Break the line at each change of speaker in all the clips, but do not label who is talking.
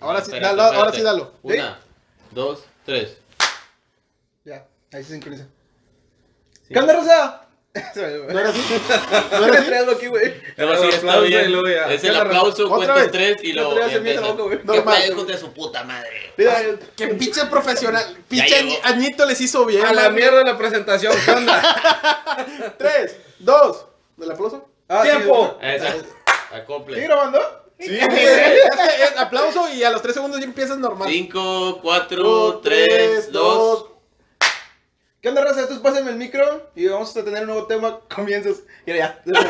Ahora
No,
sí,
Ah, espérate,
dalo, ahora
espérate.
sí dalo. ¿Sí?
Una, dos, tres.
Ya, ahí se sincroniza.
Sí.
¿Qué onda, Rosa? ¿No
Pero
era así? ¿No era así?
algo aquí, güey.
Pero sí, está
Aplauso y
bien.
luego ya.
Es el
Ya la-
aplauso,
¿Otra
cuentas
vez?
tres y
Ya
luego
te vas a
empieza.
meter la boca, güey.
¿Qué
Normal.
pedo contra su puta madre?
Mira,
Qué pinche profesional. Pinche
llegó.
añ- añito les hizo bien.
a la
madre.
mierda la presentación, ¿qué onda?
Tres, dos. ¿Del aplauso?
Ah, sí,
¡Tiempo!
Esa.
¿Sigue
Acople.
grabando? Sí. aplauso y a los tres segundos ya empiezas normal.
Cinco,
Uno,
cuatro, tres, dos.
¿Qué onda, raza? Estos pásenme el micro y vamos a tener un nuevo tema. Comienzos. Mira, ya.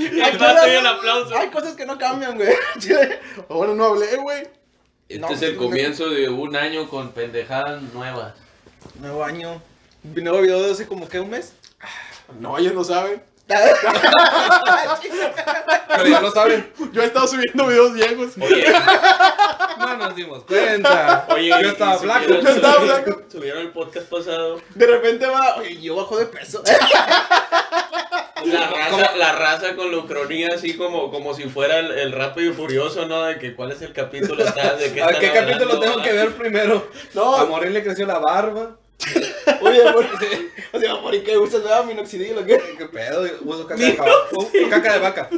El vato dio el aplauso.
Hay cosas que no cambian, güey. Chile. O Oh, bueno, no hablé, güey.
Este
No,
es el
no.
comienzo de un año con pendejadas nuevas.
Nuevo año.
Nuevo video de hace como que un mes.
No, ellos no saben.
Pero ya lo saben.
Yo he estado subiendo videos viejos.
Oye,
No nos dimos cuenta.
oye.
yo estaba
y
flaco.
subieron-
Yo estaba
subieron-
flaco.
Subieron el podcast pasado.
De repente va, oye, yo bajo de peso.
La raza, la raza con lucronía así como, como si fuera el, el rápido y furioso, ¿no? De que cuál es el capítulo está, de qué
¿A qué
están
capítulo
hablando?
tengo que ver primero?
No.
A Morín le creció la barba.
Oye, amor, o sea, amor, ¿y qué usas? ¿Verdad? Minoxidil, ¿o qué?
¿Qué pedo? Uso caca de vaca. Caca de vaca.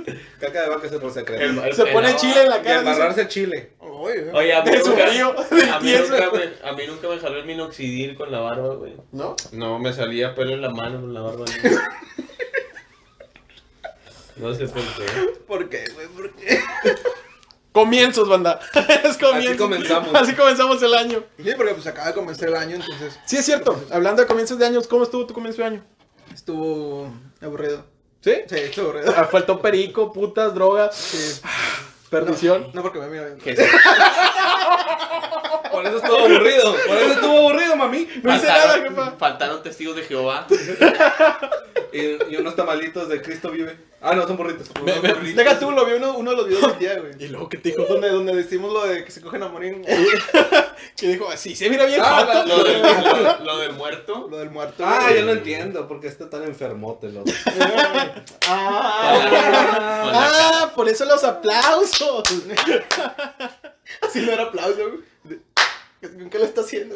Caca de vaca es otro
El-
secreto.
el-
Se
el-
pone chile en la
Y
cara. dice.
embarrarse chile.
Oye, ¿eh?
Oye, a mí,
de su
nunca,
frío,
a,
del
mí
tieso.
nunca me, a mí nunca me jaló el minoxidil con la barba, güey.
¿No?
No, me salía pelo en la mano con la barba. No, no sé por qué.
¿Por qué, güey? ¿Por qué? Comienzos, banda. Es comienzo.
Así comenzamos.
Así comenzamos el año.
Sí, porque pues acaba de comenzar el año, entonces
Sí, es cierto. Hablando de comienzos de años, ¿cómo estuvo tu comienzo de año?
estuvo aburrido.
¿Sí?
Sí, estuvo aburrido.
Ah, Faltó perico, putas, drogas,
Sí.
perdición.
No, porque me mira bien.
Que
Por eso estuvo aburrido. Por eso estuvo aburrido, mami.
No hice nada, jefa.
Faltaron testigos de Jehová.
Y, y unos tamalitos de Cristo vive. Ah, no, son burritos.
Me- me-
Burritos.
Deja
tú.
tú, lo vi uno, uno de los videos del día, güey. ¿Y luego qué te dijo?
Donde, donde decimos lo de que se cogen a morir.
Que dijo, sí, se mira bien
Ah,
joto".
Lo del, lo- lo del muerto.
Lo del muerto.
Ah,
güey.
yo no entiendo, porque está tan enfermote, loco.
Ah,
Con la cara.
ah, por eso los aplausos.
Así no era aplauso, güey.
¿Qué lo está haciendo?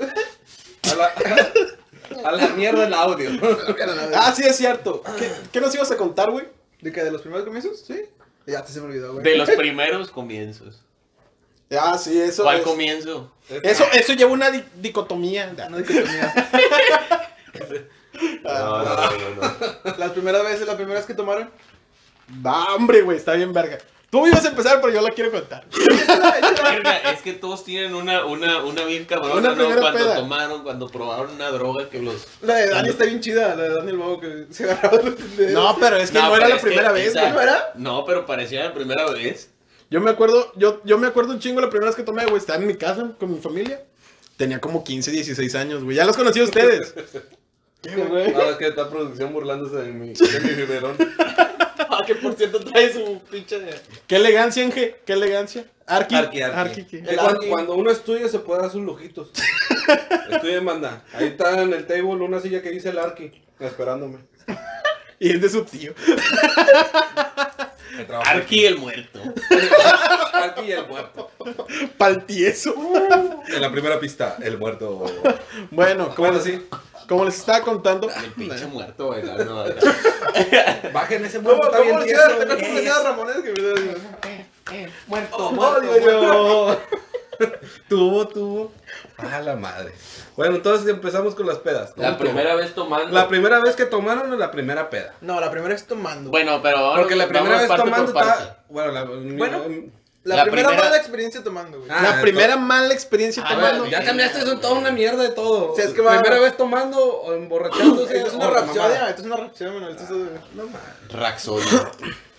A la, a la mierda el audio.
Ah, sí, es cierto. ¿Qué, qué nos ibas a contar, güey?
¿De que ¿De los primeros comienzos? Sí. este
Ya te se me olvidó,
De los primeros comienzos.
Ah, sí, eso.
¿Cuál
es.
comienzo?
Eso, eso lleva una di- dicotomía.
No dicotomía.
No, no, no, no.
Las primeras veces, las primeras que tomaron.
Da, hombre, güey, está bien verga. Tú ibas a empezar, pero yo la quiero contar.
Verga, es que todos tienen una, una, una bien cabrona,
Una
¿no?
primera
Cuando
peda.
tomaron, cuando probaron una droga que los...
La de Dani está bien chida, la de Dani el Bobo que se agarraba los tenderos.
No, pero es que no, era
pero
la
es que
primera vez,
esa-
güey.
¿no era?
No, pero parecía la primera vez.
Yo me acuerdo, yo, yo me acuerdo un chingo la primera vez que tomé, güey, estaba en mi casa con mi familia. Tenía como 15, 16 años, güey. Ya los conocí a ustedes. ¿Qué, güey?
Ah, es que está producción burlándose de mi, de mi biberón.
Ah, que por cierto trae su pinche...
Qué elegancia, Inge. Qué elegancia. Arqui.
Arqui, arqui.
¿qué?
Eh, cuan- cuando, uno estudia se puede dar sus lujitos. Estudien, banda. Ahí está en el table una silla que dice el Arqui, esperándome.
Y es de su tío.
Que trabaja.
Arqui el muerto.
Arqui y el muerto.
Paltieso.
En la primera pista, el muerto.
Bueno, como,
Bueno,
les,
sí.
como les estaba contando.
El pinche muerto bailando. ¿verdad?
Bajen ese
¿Cómo-
muerto, está
cómo
bien
le
tieso.
hicieron? ¿Cómo le
Es-
hicieron?
Ramones que me
muerto,
Oh,
muerto,
Dios
muerto.
mío. Tuvo, tuvo. A la madre. Bueno, entonces empezamos con las pedas.
La primera vez tomando.
La primera vez que tomaron o la primera peda.
No, la primera es tomando.
Bueno, pero ahora
Porque la primera
vamos
vez
parte por
tomando
parte.
está. Bueno, la.
Bueno.
La
la, primera,
primera-
mala experiencia tomando, güey.
Ah,
la
entonces-
primera mala experiencia
Ah,
tomando.
bueno,
Ya cambiaste eso toda una mierda de todo.
O sea, es que va-
Primera vez tomando o emborrachándose.
Esto es
o
una
la
rapsodia,
mamada.
esto es una rapsodia, Manuel. Esto es, eh,
No mames.
Raxodia.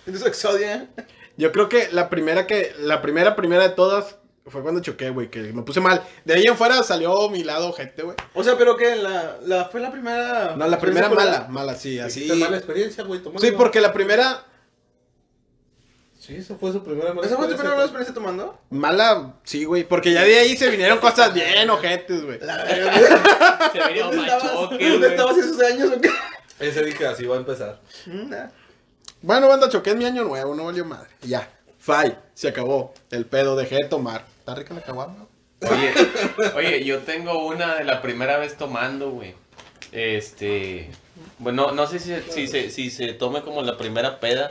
esto es exodia.
Yo creo que la primera que, la primera, primera de todas fue cuando choqué, güey, que me puse mal. De ahí en fuera salió mi lado gente, güey.
O sea, pero que la, la fue la primera.
No, la primera
culera.
mala, mala, sí, así.
Hiciste mala experiencia, güey. tomando.
Sí, porque la primera
Sí, esa fue su primera mala
¿Esa fue tu primera mala
experiencia.
experiencia tomando?
mala, sí, güey, porque ya de ahí se vinieron cosas bien ojetes, güey.
La verdad.
Se veía
¿Dónde estabas?
machoque,
¿Dónde
güey.
estabas esos años o qué?
Ese dije así va a empezar.
Mm, nah.
Bueno, banda, choqué en mi año nuevo, no valió madre. Ya. Fai, se acabó. El pedo, dejé de tomar. ¿Está rica la caguama?
Oye, oye, yo tengo una de la primera vez tomando, güey. Este. Bueno, no sé si, se- si, se, si se tome como la primera peda,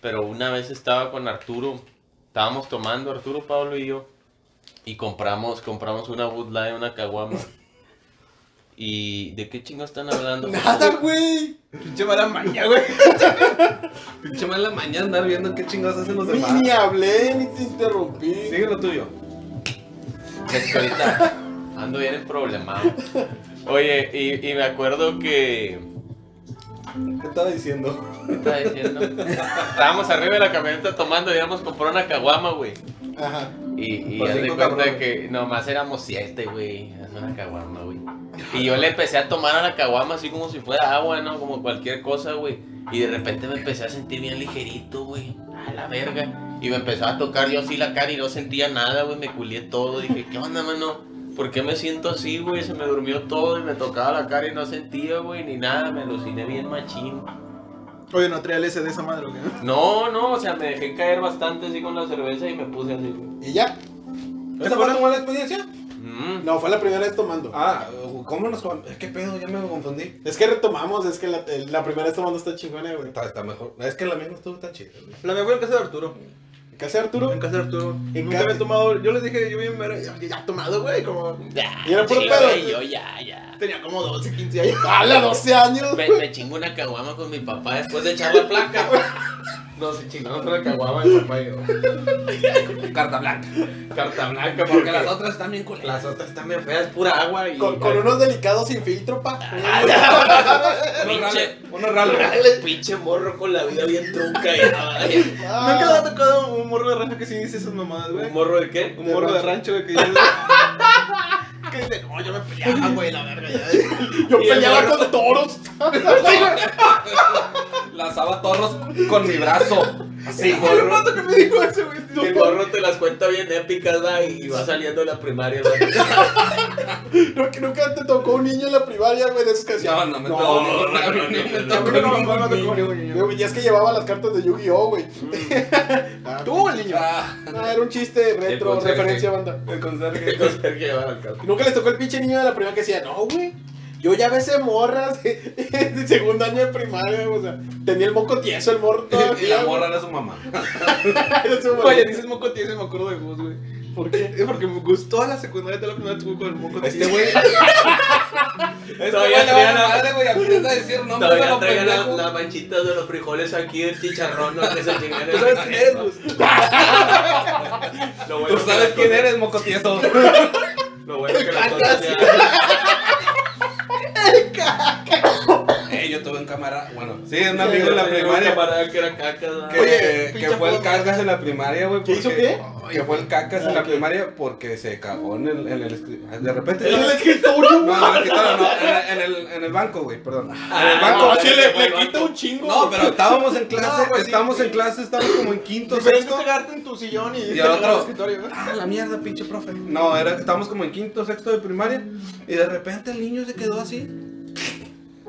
pero una vez estaba con Arturo. Estábamos tomando, Arturo, Pablo y yo. Y compramos, compramos una Bud Light, una caguama. ¿Y de qué chingo están hablando?
Nada, güey.
Pinche mala maña, güey. Pinche mala maña andar viendo qué chingados hacen los
Ni,
demás.
ni hablé, ni te interrumpí.
Sigue lo tuyo.
Es que ahorita ando bien problemado. Oye, y, y me acuerdo que.
¿Qué estaba diciendo?
¿Qué estaba diciendo? Estábamos arriba de la camioneta tomando y íbamos a comprar una caguama, güey.
Ajá.
Y, y
Por
haz de
cinco
cuenta
cabrones.
que nomás éramos siete, güey. Es una caguama, güey. Y yo le empecé a tomar a la caguama así como si fuera agua, ¿no? Como cualquier cosa, güey. Y de repente me empecé a sentir bien ligerito, güey. A la verga. Y me empezaba a tocar yo así la cara y no sentía nada, güey. Me culié todo. Dije, ¿qué onda, mano? ¿Por qué me siento así, güey? Se me durmió todo y me tocaba la cara y no sentía, güey, ni nada. Me aluciné bien machín.
Oye, no trae el S de esa madre, güey.
No, no, o sea, me dejé caer bastante así con la cerveza y me puse así, güey.
¿Y ya?
¿Esa fue tu mala experiencia?
Mm.
No, fue la primera vez tomando.
Ah, ¿cómo nos.? con- ¿Qué pedo? Ya me confundí.
Es que retomamos, es que la, el- la primera vez tomando está chingona, güey.
Está, está mejor. Es que la mía no estuvo tan chida, güey.
La mía fue en casa de Arturo.
¿Qué hace Arturo?
En casa de Arturo.
En
Nunca
casa-
había tomado. Yo les dije, yo bien mera. Ya, ya he tomado, güey. Como.
Ya,
Y era puro
sí,
pedo.
güey, yo ya, ya.
Tenía como 12, 15 años.
¡A la 12 años!
Me, me chingo una caguama con mi papá después de echar la placa. No, se chingamos una caguama mi papá y yo.
Carta blanca.
Carta blanca,
Porque las otras están bien culeras.
las otras están bien feas, pura agua y.
Con, con unos delicados sin filtro, pa.
Ah. pinche,
Uno ralo.
pinche morro con la vida bien trunca y nada. ¿eh?
Nunca le ha tocado un morro de rancho que sí dice esas mamadas, güey.
¿Un morro de qué?
Un
de
morro de
rancho.
rancho, güey, que dice. que dice, no, yo me peleaba, güey, la verga, ya.
Yo
Y el
peleaba
morro-
con toros.
Lazaba toros con mi brazo.
Sí,
Fue el rato que me dijo eso, güey. No,
El morro te las cuenta bien épicas, va, y va saliendo de la primaria, va.
No, que nunca te tocó un niño en la primaria, güey, de esos que
No,
hacían.
no me
No,
tocó
no,
ningún
no,
raro,
no,
ni me
no,
tocó
no, no,
ningún
no, no,
niño.
Güey, Y es que llevaba las cartas de Yu-Gi-Oh, güey. Ah,
Tú, el niño.
Ah,
no, era un chiste retro,
conserje.
referencia, banda.
El conserje.
Entonces, hay que llevar al campo.
Nunca les tocó el pinche niño de la primaria que decía, no, güey. Yo ya besé morras de, de segundo año de primaria, güey, o sea, tenía el moco tieso el morro
Y la
todavía,
morra era su mamá.
güey. Era su morra.
Oye, dices moco tieso y me acuerdo de vos, güey.
¿Por qué?
Es porque me gustó la secundaria de la primera tuvo con el moco
Este
tieso.
güey. Este güey
Todavía
le vale
traía la-
madre, güey. Empieza a decir nombres a
Todavía
los
traigan las
pendejos.
las manchitas de los frijoles aquí del chicharrón, ¿no? Que se chingan
¿Tú sabes quién eres, güey?
Lo bueno
Tú
que
sabes
las
quién
cosas-
eres, mocotieso.
Lo bueno que las cosas ya-
Eh, yo tuve un cámara. Bueno, sí, un
Tenía
amigo de la
un
primaria.
camarada que era caca, ¿no?
Que,
Oye,
que
pinche
fue el
foto.
cacas en la primaria, güey.
¿Qué hizo
porque-
qué?
Que fue el cacas en
Ah,
la
ok.
primaria porque se cagó en el. En el escri- de repente.
Era el escritorio,
No,
güey.
no, le quitaron, no, en, el- en el, en el banco, güey, perdón. En el banco.
No,
Ah, no,
sí,
no,
le,
no,
le
no,
quita
no.
un chingo.
No,
güey.
pero estábamos en clase,
No, pues sí.
estábamos en clase, estábamos como en quinto,
Diferente
sexto.
pegarte en tu sillón y
Y
te
al
agarras
otro.
el escritorio, güey.
Ah, la mierda, pinche profe. No, era, estábamos como en quinto, sexto de primaria. Y de repente el niño se quedó así.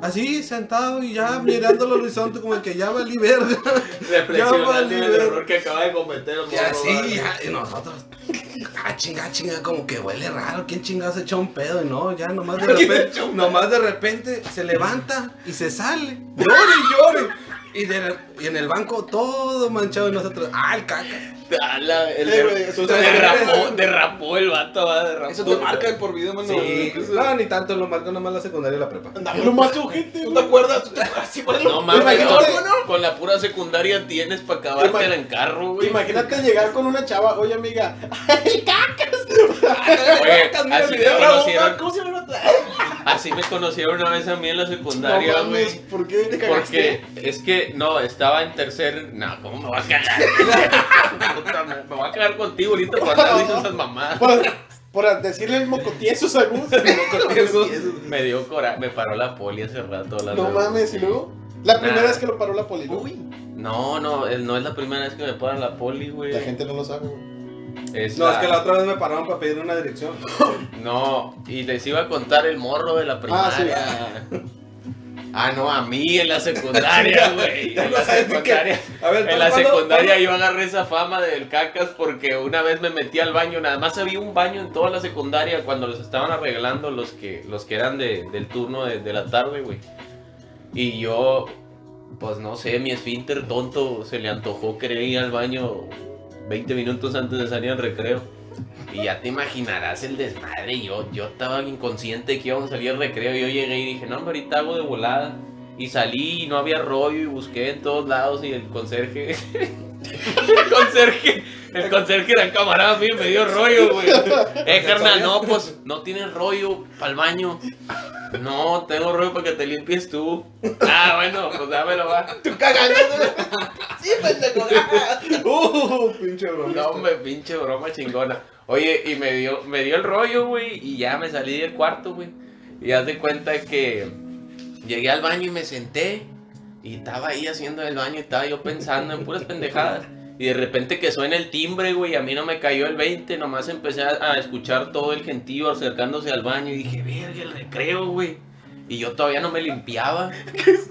Así, sentado y ya mirando al horizonte, como que ya valí verga. Ya
Reflexionando
valí
en el
verga.
error que acaba de cometer. el
Ya
morro,
sí,
¿vale?
ya, y nosotros. Ah, chinga, chinga, como que huele raro. ¿Quién chingado se echa un pedo? Y no, ya nomás de repente, nomás de repente se levanta y se sale. Llore y llore. Y, de- y en el banco todo manchado y nosotros. Ah, el caca.
Ala, el
Sí,
der-
güey, eso
está
derrapó,
bien.
derrapó el vato, va, derrapó.
Eso te marca de por vida, mano.
Sí,
Eso-
no, ni tanto, lo marca nomás la secundaria y la prepa.
Es lo más urgente,
¿Tú te
güey.
acuerdas? ¿Tú te acuerdas? Sí, güey,
No
lo-
mames,
Imagínate-
con, con la pura secundaria tienes para acabártela en carro, güey.
Imagínate llegar con una chava, oye amiga,
Oye, así me
Bravo,
conocieron,
¿Cómo se llama el vato?
así me conocieron una vez a mí en la secundaria,
no
güey.
mames, ¿por qué? ¿Te cagaste?
Porque es que no, estaba en tercer. No, ¿cómo me voy a cagar? Puta, me, me voy a cagar contigo ahorita por andar diciendo esas mamadas.
Por, por decirle el mocotieso a Gus.
Eso.
Me dio coraje, me paró la poli hace rato. la
No
neta.
mames, ¿y luego? La primera
Nah.
vez que lo paró la poli. ¿no?
No, no, es- no es la primera vez que me paran la poli, güey.
La gente no lo sabe, güey.
Es
No, es que la otra vez me pararon para pedir una dirección. Ah,
No, y les iba a contar el morro de la primaria. Ah, no, a mí en la secundaria, güey. En la secundaria.
A ver,
En la
¿cuándo-
secundaria
cuándo-
yo agarré esa fama del cacas porque una vez me metí al baño, nada más había un baño en toda la secundaria cuando los estaban arreglando los que, los que eran de- del turno de, de la tarde, güey. Y yo, pues no sé, mi esfínter tonto se le antojó querer ir al baño 20 minutos antes de salir al recreo. Y ya te imaginarás el desmadre. Yo, yo estaba inconsciente que íbamos a salir al recreo. Yo llegué y dije, no, hombre, ahorita hago de volada. Y salí y no había rollo y busqué en todos lados y el conserje... el conserje... El conserje era camarada mío y me dio rollo, güey. Eh, carnal, no, pues no tienes rollo para el baño. No, tengo rollo para que te limpies tú. Ah, bueno, pues dámelo, va.
Tú cagando, güey. Sí, pendejo.
Uh, pinche broma.
No, hombre, pinche broma chingona. Oye, y me dio, me dio el rollo, güey, y ya me salí del cuarto, güey. Y haz de cuenta que llegué al baño y me senté. Y estaba ahí haciendo el baño y estaba yo pensando en puras pendejadas. Y de repente que suena el timbre, güey, a mí no me cayó el 20, nomás empecé a, a escuchar todo el gentío acercándose al baño y dije, verga, el recreo, güey. Y yo todavía no me limpiaba.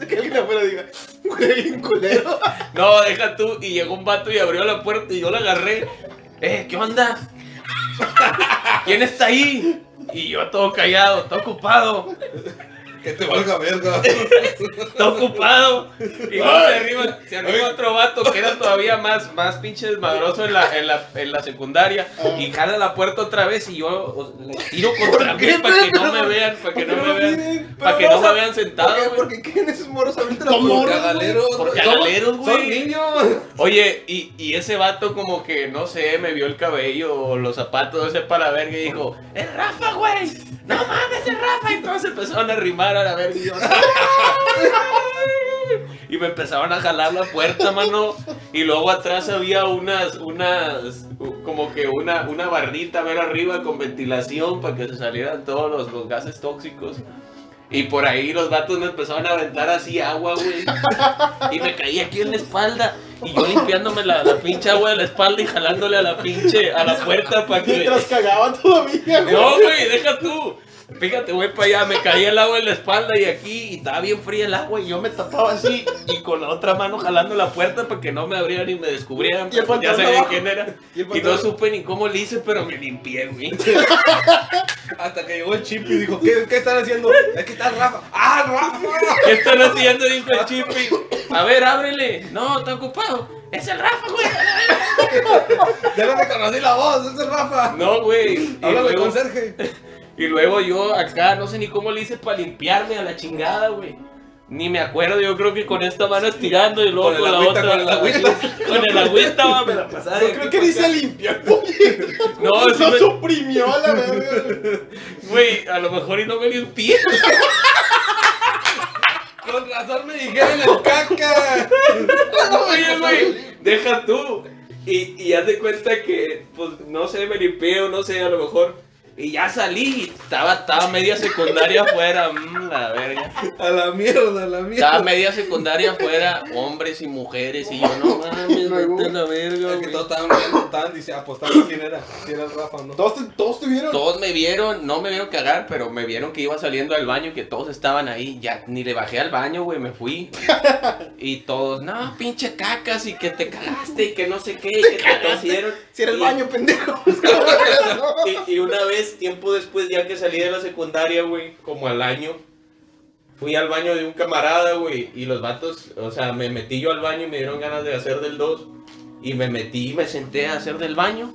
Que alguien afuera diga, güey, bien culero.
No, deja tú. Y llegó un vato y abrió la puerta y yo la agarré. Eh, ¿qué onda? ¿Quién está ahí? Y yo todo callado, todo ocupado,
Que te valga verga.
todo ocupado. Y luego se arriba, se arriba otro vato que era todavía más, más pinche desmadroso en la, en la, en la secundaria.
Ah.
Y jala la puerta otra vez y yo o- le tiro contra mí para que no me vean, para que no me vean, para que no me vean sentado,
¿Por qué?
güey.
Porque ¿quién esos morros ahorita
Son
puedo-
morros,
Cagaleros.
Por
¿Cómo?
cagaleros,
Son
güey.
niños.
Oye, y, y ese vato como que, no sé, me vio el cabello o los zapatos, no sé, para ver, y dijo, ¡Es Rafa, güey! ¡No mames, es Rafa! Y todos empezaron a rimar a la verga. Y, yo, y me empezaron a jalar la puerta, mano. Y luego atrás había unas, unas, u- como que una, una barrita, ver arriba con ventilación para que se salieran todos los, los gases tóxicos. Y por ahí los vatos me empezaron a aventar así agua, güey. Y me caí aquí en la espalda. Y yo limpiándome la, la pinche agua de la espalda y jalándole a la pinche, a la puerta para que...
Mientras cagaba todavía, güey.
No, güey, deja tú. Fíjate, voy para allá, me caía el agua en la espalda y aquí, y estaba bien fría el agua, y yo me tapaba así, y con la otra mano jalando la puerta para que no me abrieran y me descubrieran.
Y el
porque ya
pantalón
sabía
abajo.
quién era.
Y el
Y no
pantalón.
supe ni cómo le hice, pero me limpié, güey.
Hasta que llegó el chip y dijo, ¿qué, qué están haciendo? Es que está Rafa. ¡Ah, Rafa!
¿Qué están haciendo? Dijo el chipi. A ver, ábrele. No, está ocupado. Es el Rafa, güey.
Ya le reconocí la voz, ese es Rafa.
No, güey. Y
Háblame
luego-
con Sergio.
Y luego yo acá, no sé ni cómo le hice para limpiarme a la chingada, güey. Ni me acuerdo, yo creo que con esta mano estirando y luego
Con el
con, la
agüita,
otra.
con el agüita.
Con el agüita, va, me la pasaba.
Yo creo que ni se limpió el pollito.
No, sí
Lo
me-
suprimió a la verga.
Güey, a lo mejor y no me limpié.
Con razón me dijeron el caca.
Oye, güey, deja tú. Y, y haz de cuenta que, pues, no sé, me limpié o no sé, a lo mejor. Y ya salí, estaba, estaba media secundaria afuera, mm, la verga.
A la mierda, a la mierda.
Estaba media secundaria afuera, hombres y mujeres, y yo, no mames, vete a la verga,
Es que
güey.
todos estaban viendo, estaban diciendo, apostando quién era. Si era el Rafa o no.
Todos, te- todos tuvieron.
Todos me vieron, no me vieron cagar, pero me vieron que iba saliendo del baño, que todos estaban ahí. Ya ni le bajé al baño, güey, me fui. Y todos, no, pinche cacas, y que te cagaste, y que no sé qué, y que te tosieron.
Si era el
Y-
baño, pendejo.
Y, y una vez, tiempo después, ya que salí de la secundaria, güey, como al año, fui al baño de un camarada, güey, y los vatos, o sea, me metí yo al baño y me dieron ganas de hacer del 2. Y me metí y me senté a hacer del baño.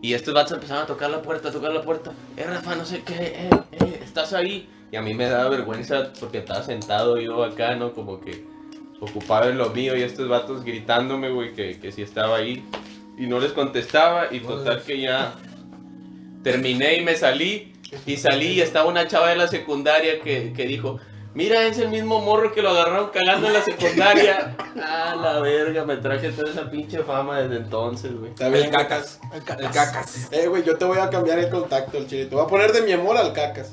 Y estos vatos empezaron a tocar la puerta, a tocar la puerta. Eh, Rafa, no sé qué, eh, eh, estás ahí. Y a mí me daba vergüenza porque estaba sentado yo acá, ¿no? Como que ocupado en lo mío y estos vatos gritándome, güey, que, que si estaba ahí. Y no les contestaba y total que ya terminé y me salí. Y salí y estaba una chava de la secundaria que, que dijo, mira, es el mismo morro que lo agarraron cagando en la secundaria. A la verga, me traje toda esa pinche fama desde entonces, güey.
Está bien.
cacas. El cacas.
Eh, güey, yo te voy a cambiar el contacto, el chile. Te voy a poner de mi amor al cacas.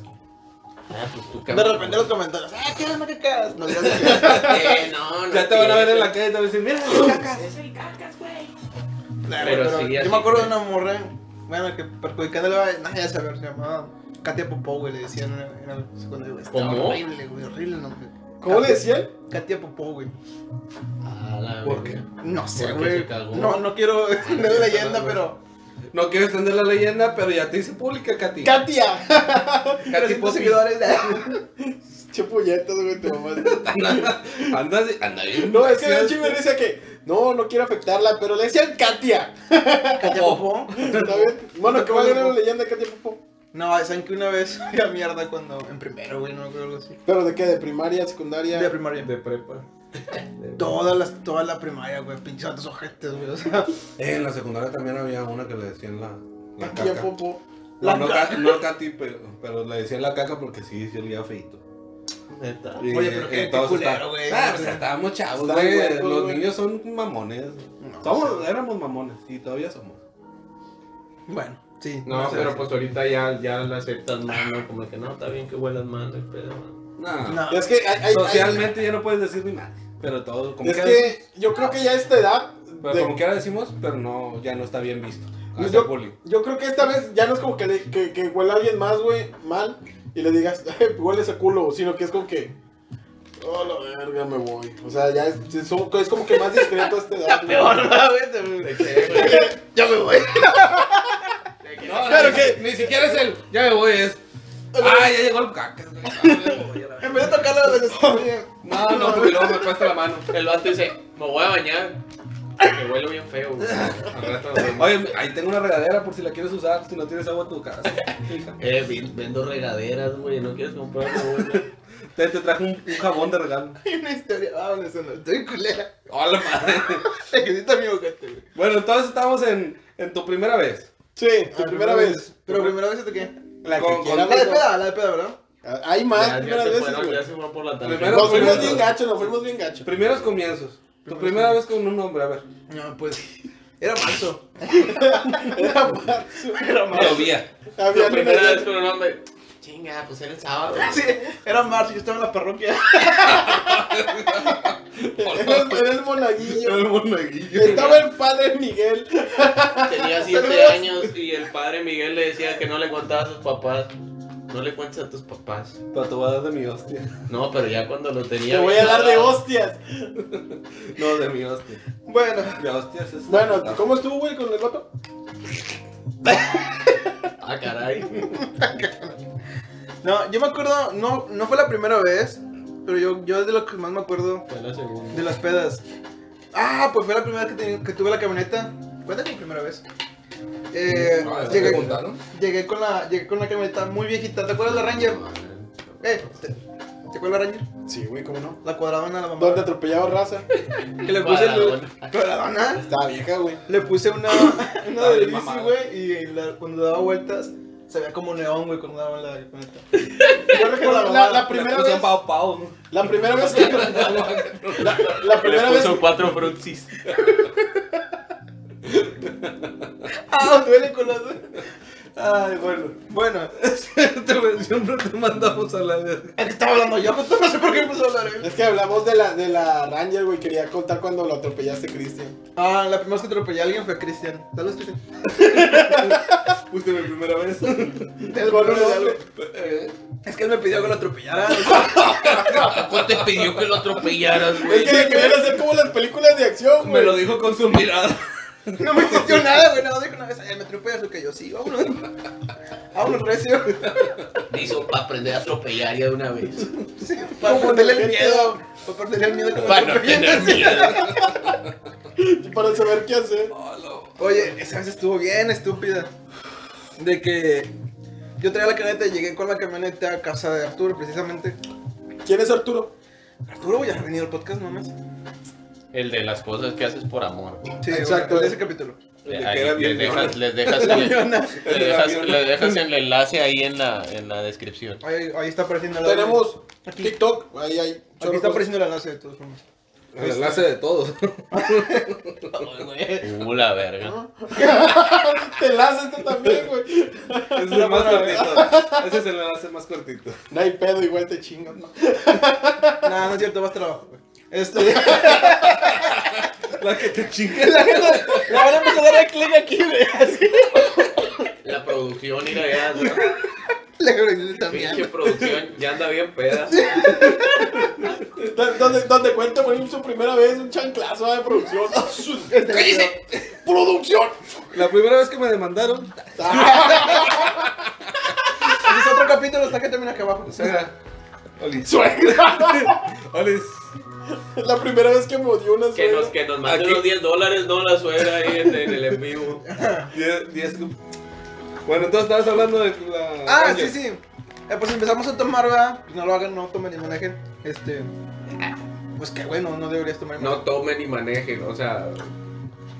Ah, pues tú
De repente los comentarios. ¡Ah, qué onda que cagas! No, gracias.
Eh, no, no
Ya te van a ver en la
tienes.
calle y te van a decir, mira, el cacas.
Es el cacas, güey.
Nah,
Pero
güey, pero
sí, así
yo me acuerdo
fue.
de una morra, bueno, que perjudicándole a... Nah, ya sabes, se llamaba Katia Popó, güey, le decían en la secundaria, güey. Estaba
¿Cómo?
Horrible, güey, horrible el nombre.
¿Cómo le decían?
Katia Popó, güey.
Ah, la
¿Por
verga.
No sé,
Porque
güey.
se cagó.
No, no quiero extender la leyenda, pero.
No quiero extender la leyenda, pero ya te hice pública, Katy.
¡Katia!
Katy
300
Poppy.
seguidores. ¿eh?
Chepulletas, güey, te mamás.
Anda, anda bien.
No, es que de
graciosa.
hecho me decía que no, no quiero afectarla, pero le decían Katia.
¿Katia Popó?
¿Sabes? Bueno, que va a ganar la leyenda Katia Popó.
No, saben que una vez la mierda cuando. En primero, güey, no me acuerdo algo así.
¿Pero de qué? ¿De primaria, secundaria?
De primaria.
De prepa.
Todas las, toda la primaria, güey. Pinches altos ojetes, güey. O sea,
Eh, en la secundaria también había una que le decían la, la
Katia
caca.
Popó.
No, no, ca- no Katy, pero, pero le decían la caca porque sí, sí olía feito.
Neta.
Y, eh,
Oye, pero qué- qué
entonces
culero,
está-
güey.
Ah, pues estábamos chavos,
Están
güey.
huecos,
Los
güey.
niños son mamones.
No,
Somos, éramos mamones y todavía somos.
bueno, sí.
No,
sé,
pero
sí.
pues ahorita ya, ya la aceptan mal, ¿no? Como que no, está bien que huelan mal, no hay pedo, ¿no?
Nah.
No.
Es que hay- hay-
Socialmente ya no puedes decir ni nada. Pero todo,
hay-
como
es
quiera-
que yo creo que ya a esta edad.
pero
de-
como quiera decimos, pero no, ya no está bien visto.
Pues
Hacer
yo-
bullying.
Yo creo que esta vez ya no es como que, le- que, que huela a alguien más, güey, mal, y le digas, "Eh, huele ese culo, sino que es como que, oh, la verga, me voy. O sea, ya es, es como- es como que más discreto a esta edad. güey.
Peor, güey. Ya me voy.
No,
Claro
ni-
que-
Ni siquiera es el. Ya me voy, es. Ah, ya llegó el caca.
En vez de tocarlo de veces. oye,
No, no, porque luego me cuesta la mano.
El vato dice, me voy a bañar. Que huele bien feo, güey. Al rato nos vemos.
Oye, ahí tengo una regadera por si la quieres usar, si no tienes agua en tu casa. Hija.
Eh, ven- vendo regaderas, güey. ¿No quieres comprar una buena?
Te, te traje un, un jabón de regalo.
Hay una historia. Vámonos, no. Estoy culera.
Hola, Oh, madre.
Se quita mi boquete, güey.
Bueno, entonces estamos en, en tu primera vez.
Sí, tu primera vez.
Pero primera vez, ¿esto qué?
La que
Con- con-
quiera,
La de
güey.
peda, la de peda, ¿verdad?
Ah, Hay más
Ya, ya
primeras
se
veces,
fueron,
güey.
ya se fueron por la tarjeta.
Primero
Nos fuimos
fuimos-
bien gacho, nos fuimos bien gacho.
Primeros comienzos. Tu primera vez con un hombre, a ver.
No, pues. Era marzo.
Era más.
Era marzo.
Todavía.
Había
La primera
niñas-
vez con un hombre. Chinga, pues era el sábado.
Sí, era marzo. Yo estaba en la parroquia.
Era el- era el monaguillo.
El monaguillo.
Estaba el padre Miguel.
Tenía siete años y el padre Miguel le decía que no le contaba a sus papás. No le cuentes a tus papás.
Tatuadas de mi hostia.
No, pero ya cuando lo tenía.
Te voy a
bien
dar de
lavado,
hostias.
No, de mi hostia.
Bueno,
De hostias es.
Bueno, ¿cómo estuvo, güey, con el vato?
Ah, caray.
no, yo me acuerdo. No, no fue la primera vez. Pero yo, yo es de lo que más me acuerdo
Fue la segunda.
de las pedas. Ah, pues fue la primera vez que, tenía- que tuve la camioneta. Cuéntame mi primera vez. Eh,
Ah, ¿te
llegué,
contaron?
llegué con la llegué con una camioneta muy viejita. ¿Te acuerdas de la Ranger? Eh, ¿te, te acuerdas de la Ranger?
Sí, güey, ¿cómo no?
La cuadradona, la mamá.
Donde atropellaba raza.
Que le puse el,
Cuadradona.
cuadradona.
Estaba vieja, güey.
Le puse una, una
Dale,
de bici,
mamada.
güey, y la- cuando daba vueltas se veía como neón, güey, cuando daba la camioneta.
Yo recuerdo la, la primera
Le puso
vez.
Pau Pau.
La primera vez que. La, la
Que le
primera vez.
puso cuatro frutsis.
Ah, duele con las dos.
Ay, bueno.
Bueno,
Te me- Siempre te mandamos a la verga.
es que estaba hablando yo, no sé por qué empezó a hablar eh. él.
Es que hablamos de la, de la Ranger, güey. Quería contar cuando lo atropellaste, Cristian.
Ah, la primera vez que atropellé a alguien fue a Cristian. Saludos, Cristian.
Fuiste mi primera vez.
Del
Con un
valor de algo.
hombre.
Es que él me pidió que lo atropellara.
¿Cuánto te pidió que lo atropellaras,
Es que querían hacer como las películas de acción,
Me
güey.
lo dijo con su mirada.
No me insistió nada, güey. Nada más dijo una vez, "Ay, me atropellas, lo que yo sí, vámonos. Vámonos, recio.
Dijo para aprender a atropellar ya de una vez.
Para
Como
perderle
la
el
gente-
miedo. Para perderle el miedo que me
Para no
atropellen.
tener miedo.
Para saber qué hacer.
Oye, esa vez estuvo bien estúpida. De que yo traía la camioneta y llegué con la camioneta a casa de Arturo, precisamente.
¿Quién es Arturo?
Arturo ya ha venido al podcast, mames.
El de las cosas que haces por amor.
Sí,
Exacto.
exacto. De ese capítulo.
El
Eh,
de
ahí
que era
Les
bien
dejas,
leona.
les dejas, le,
El de la
dejas,
leona.
le dejas el enlace ahí en la, en la descripción.
Ahí, ahí está apareciendo la.
Tenemos
Aquí.
TikTok. Ahí hay.
Aquí está apareciendo el enlace de todos formas.
El enlace de todos.
Uh, la verga.
Te enlace este también, güey.
Ese es el más cortito. Ese es el enlace más cortito.
No hay pedo, igual te chingan.
Nah, no es cierto, vas trabajo, güey. Este.
La que te chingue.
La verdad la verdad empezó a darle clic aquí, güey. Así.
La producción, mira ya. ¿no?
La cabeza también.
Pinche producción, ya anda bien peda.
Do- Donde, donde cuenta por su primera vez un chanclazo de producción. ¡Cállese! ¡Producción!
La primera vez que me demandaron,
Ese es otro capítulo, está que termina acá abajo.
suegra. Olis.
¡Suegra!
Olis.
La primera vez que me odió una
Que
suegra.
nos, que nos mande
Aquí.
los 10 dólares, no la suegra ahí en, en el en vivo.
Diez, diez- Bueno, entonces estabas hablando de la.
Ah,
Ranger.
sí, sí. Eh, pues empezamos a tomar, ¿verdad? Pues no lo hagan, no tomen ni manejen. Este. Pues que bueno, no deberías tomar.
No tomen y manejen, o sea,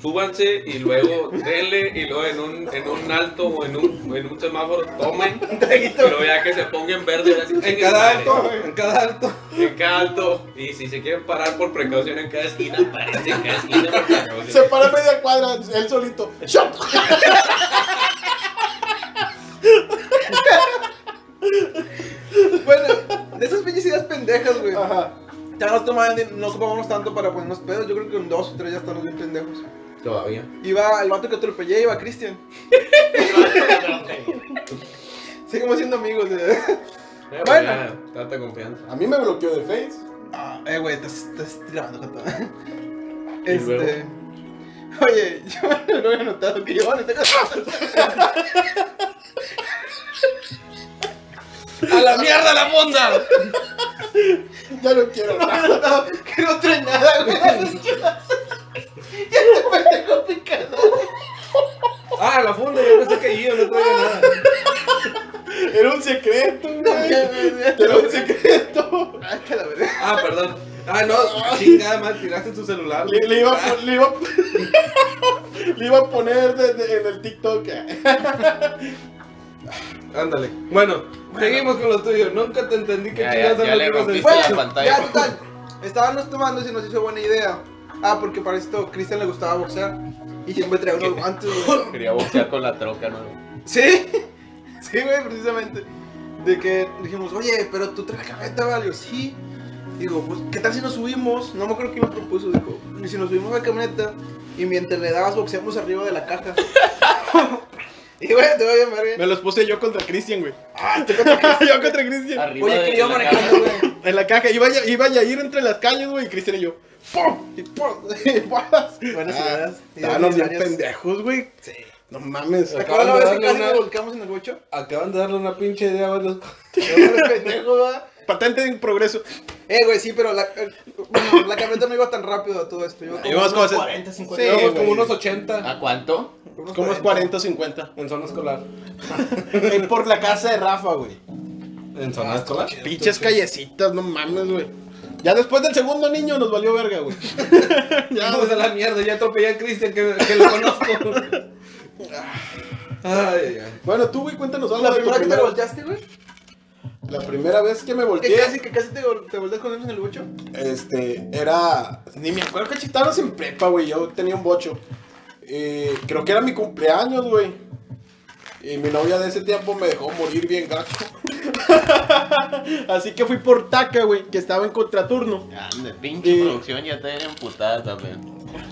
súbanse y luego denle y luego en un, en un alto o en un, en un semáforo tomen. Y luego ya que se ponga en verde, así,
En cada alto, en cada alto.
En cada alto. Y si se quieren parar por precaución en cada esquina, parense en cada esquina por precaución.
Se para media cuadra, él solito. ¡Shot!
Bueno, de esas pinches ideas pendejas, güey.
Ajá.
Ya nos tomaban, de- no ocupábamos tanto para ponernos pedos. Yo creo que en dos o tres ya estamos bien pendejos.
Todavía.
Iba el vato que atropellé, iba Cristian. Seguimos siendo amigos, güey. Bueno.
Bueno. Tanta confianza.
A mí me bloqueó de Face.
Ah, eh, güey, te estás grabando con todo.
¿Y
Este.
luego?
Oye, yo no había notado que yo no tengo.
¡A la mierda la fonda!
Ya no quiero
No
nada.
había notado que no trae nada, güey. Ya te pendejo picado.
Ah, la funda, yo pensé que yo no traía nada.
Era un secreto, güey. Era un secreto.
Ay, que la verga.
Ah, perdón. Ah, no, chingada madre, tiraste tu celular. Ah,
Le, le iba, a pon- le, iba, a- le iba a poner de- de- en el TikTok.
Ándale. Bueno, seguimos con lo tuyo. Nunca te entendí que
Ya,
chingadas
ya, ya
eran
le
los libros
rompiste
del-
la
Bueno,
pantalla.
ya total. Estábamos tomando y se nos hizo buena idea. Ah, porque para esto Cristian le gustaba boxear. Y siempre traía unos guantes, güey.
Quería boxear con la troca, ¿no?
Sí, sí, güey, precisamente. De que dijimos, oye, pero tú traes la camioneta, ¿vale? Yo, sí. Digo, pues, ¿qué tal si nos subimos? No me acuerdo quién me propuso, dijo, "Y si nos subimos a la camioneta y mientras le dabas boxeamos arriba de la caja. y güey, te voy a ver.
los puse yo contra Christian, güey. yo Ah, contra Christian.
Arriba
Oye,
de-
que yo
de la
manejando, güey.
En la caja. Iba a, iba a ir entre las calles, güey. Y Christian y yo. ¡Pum! Y ¡pum! Y ¡pum!
Buenas
Ah,
ideas.
Estaban los bien pendejos, güey. Sí. No mames.
¿Te acuerdas la
Acaban de
vez que
darle
casi
una-
nos volcamos en el bocho?
Acaban de darle una pinche idea a varios.
pendejo, va.
Patente en progreso.
Eh, güey, sí, pero la, eh, bueno, la camioneta no iba tan rápido a todo esto. Iba como
Íbamos
unos
como a-
40, 50.
Sí,
Llevamos
güey. Ah,
como unos 80
¿A cuánto?
unos
¿Cómo es 40 o 50?
en zona escolar.
Eh, Por la casa de Rafa, güey.
¿En
ah,
zona escolar?
Pinches callecitas, no mames, güey. Ya después del segundo niño nos valió verga, güey.
Ya, vamos a la mierda, ya atropellé a Cristian que, que lo conozco. Ay, ay, ay.
Bueno, tú, güey, cuéntanos algo
¿La
de tu
primera que te
primera-
volteaste, güey?
La primera vez que me
Que
volteé,
casi, que casi te, vol- te volteas con ellos en el bocho.
este, era... Ni me acuerdo que chitaros en prepa, güey. Yo tenía un bocho. Eh, creo que era mi cumpleaños, güey. Y mi novia de ese tiempo me dejó morir bien gacho. Así que fui por Taca, güey, que estaba en contraturno.
Ya, de pinche
Y-
producción ya te emputada también.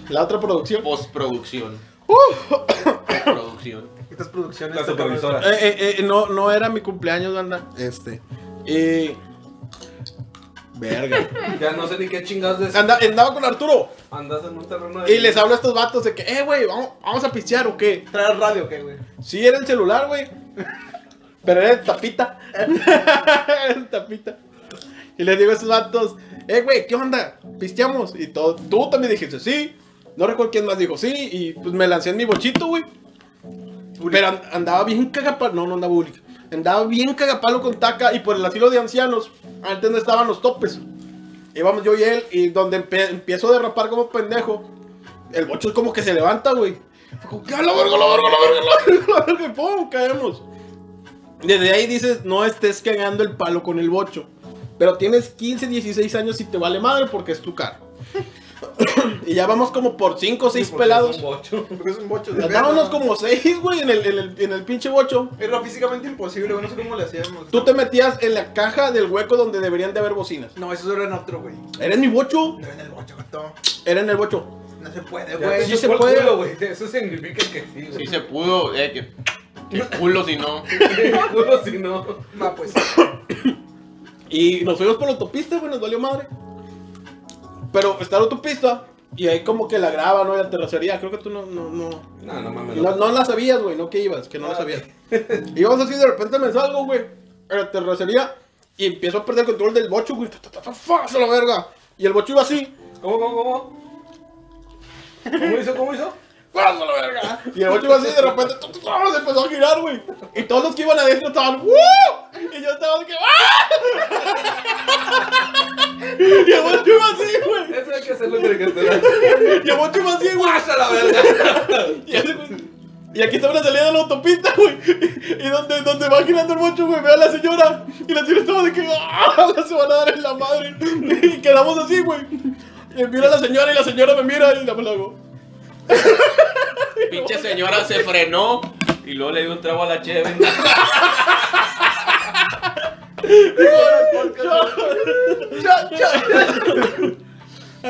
La otra producción. Eh,
Postproducción. Postproducción.
Estas producciones.
La supervisora.
Eh, eh, eh, no, no era mi cumpleaños, banda. Este. Y... Verga.
Ya no sé ni qué chingados de
Anda- andaba con Arturo.
Andas en un terreno de.
Y les hablo a estos vatos de que, eh, güey, vamos, vamos a pistear o qué.
Traer radio, ¿qué, güey?
Sí, era el celular, güey. Pero era el tapita. Era el tapita. Y les digo a esos vatos, eh, güey, ¿qué onda? Pisteamos. Y todo, tú también dijiste, sí. No recuerdo quién más dijo, sí. Y pues me lancé en mi bochito, güey. Pero an- andaba bien cagapalo. No, no andaba pública. Andaba bien cagapalo con taca. Y por el asilo de ancianos, antes no estaban los topes. Íbamos yo y él. Y donde empe- empiezo a derrapar como pendejo, el bocho es como que se levanta, güey. Fue como que, "Ah, la verga, la verga, la verga, la verga, la verga", y ¡pum! Caemos. Desde ahí dices, no estés cagando el palo con el bocho. Pero tienes 15, 16 años y te vale madre porque es tu carro. y ya vamos como por 5 o 6 pelados.
Porque es un bocho. de
Andábamos
verga,
como 6, güey, en el, en, el, en el pinche bocho.
¿no? Era físicamente imposible, güey. No sé cómo le hacíamos.
Tú te metías en la caja del hueco donde deberían de haber bocinas.
No, eso era en otro, güey.
Era en mi bocho.
No en el bocho, gato.
Era en el bocho.
No se puede,
Ya,
güey.
eso
sí se
fue el
puede.
culo, güey. Eso significa que sí,
Sí
güey.
se pudo, eh, que, que culo si no.
Culo si no.
No, pues.
Y nos fuimos por la autopista, güey, nos valió madre. Pero está la autopista y ahí como que la grava, ¿no? Y la terracería. Creo que tú no, no, no.
No, no mames.
No, no la sabías, güey, no que ibas, que no la sabías. Y vamos así, de repente me salgo, güey, a la terracería y empiezo a perder el control del bocho, güey. ta, ta, ta, ta, ¡Faz a la verga! Y el bocho iba así.
¿Cómo, cómo, cómo? ¿Cómo hizo? ¿Cómo hizo?
¡Faz a la verga! Y el bocho iba así y de repente ta, ta, ta, se empezó a girar, güey. Y todos los que iban adentro estaban ¡Woo! Y yo estaba así que ¡Ah! Y el bocho iba así, güey.
Eso hay que hacerlo inteligente.
Y el bocho iba así, güey.
¡Pasa la verga!
Y, ese güey- y aquí estaba la salida de la autopista, güey. Y donde, donde va girando el bocho, güey, veo a la señora. Y la señora estaba de que ¡Ah! se van a dar en la madre. Y quedamos así, güey. Y mira a la señora y la señora me mira y la me la hago.
Pinche señora se frenó y luego le dio un trago a la cheve.
¡Cha, cha!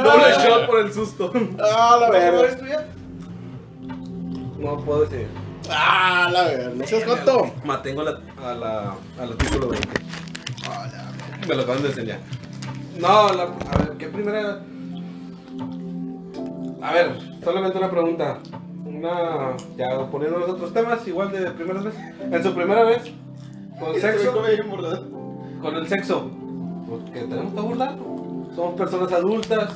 Doble shot por el susto.
Ah, la verga.
¿Eres tuya?
No puedo decir.
Ah, la verga. No seas joto.
Mantengo la, a la, a la título 20. Me lo acaban de enseñar. No, la, a ver, ¿qué primera? A ver, solamente una pregunta. Una, ya poniendo los otros temas, igual de primeras veces. En su primera vez, con sexo, con el sexo. Porque tenemos que abordar. Somos personas adultas,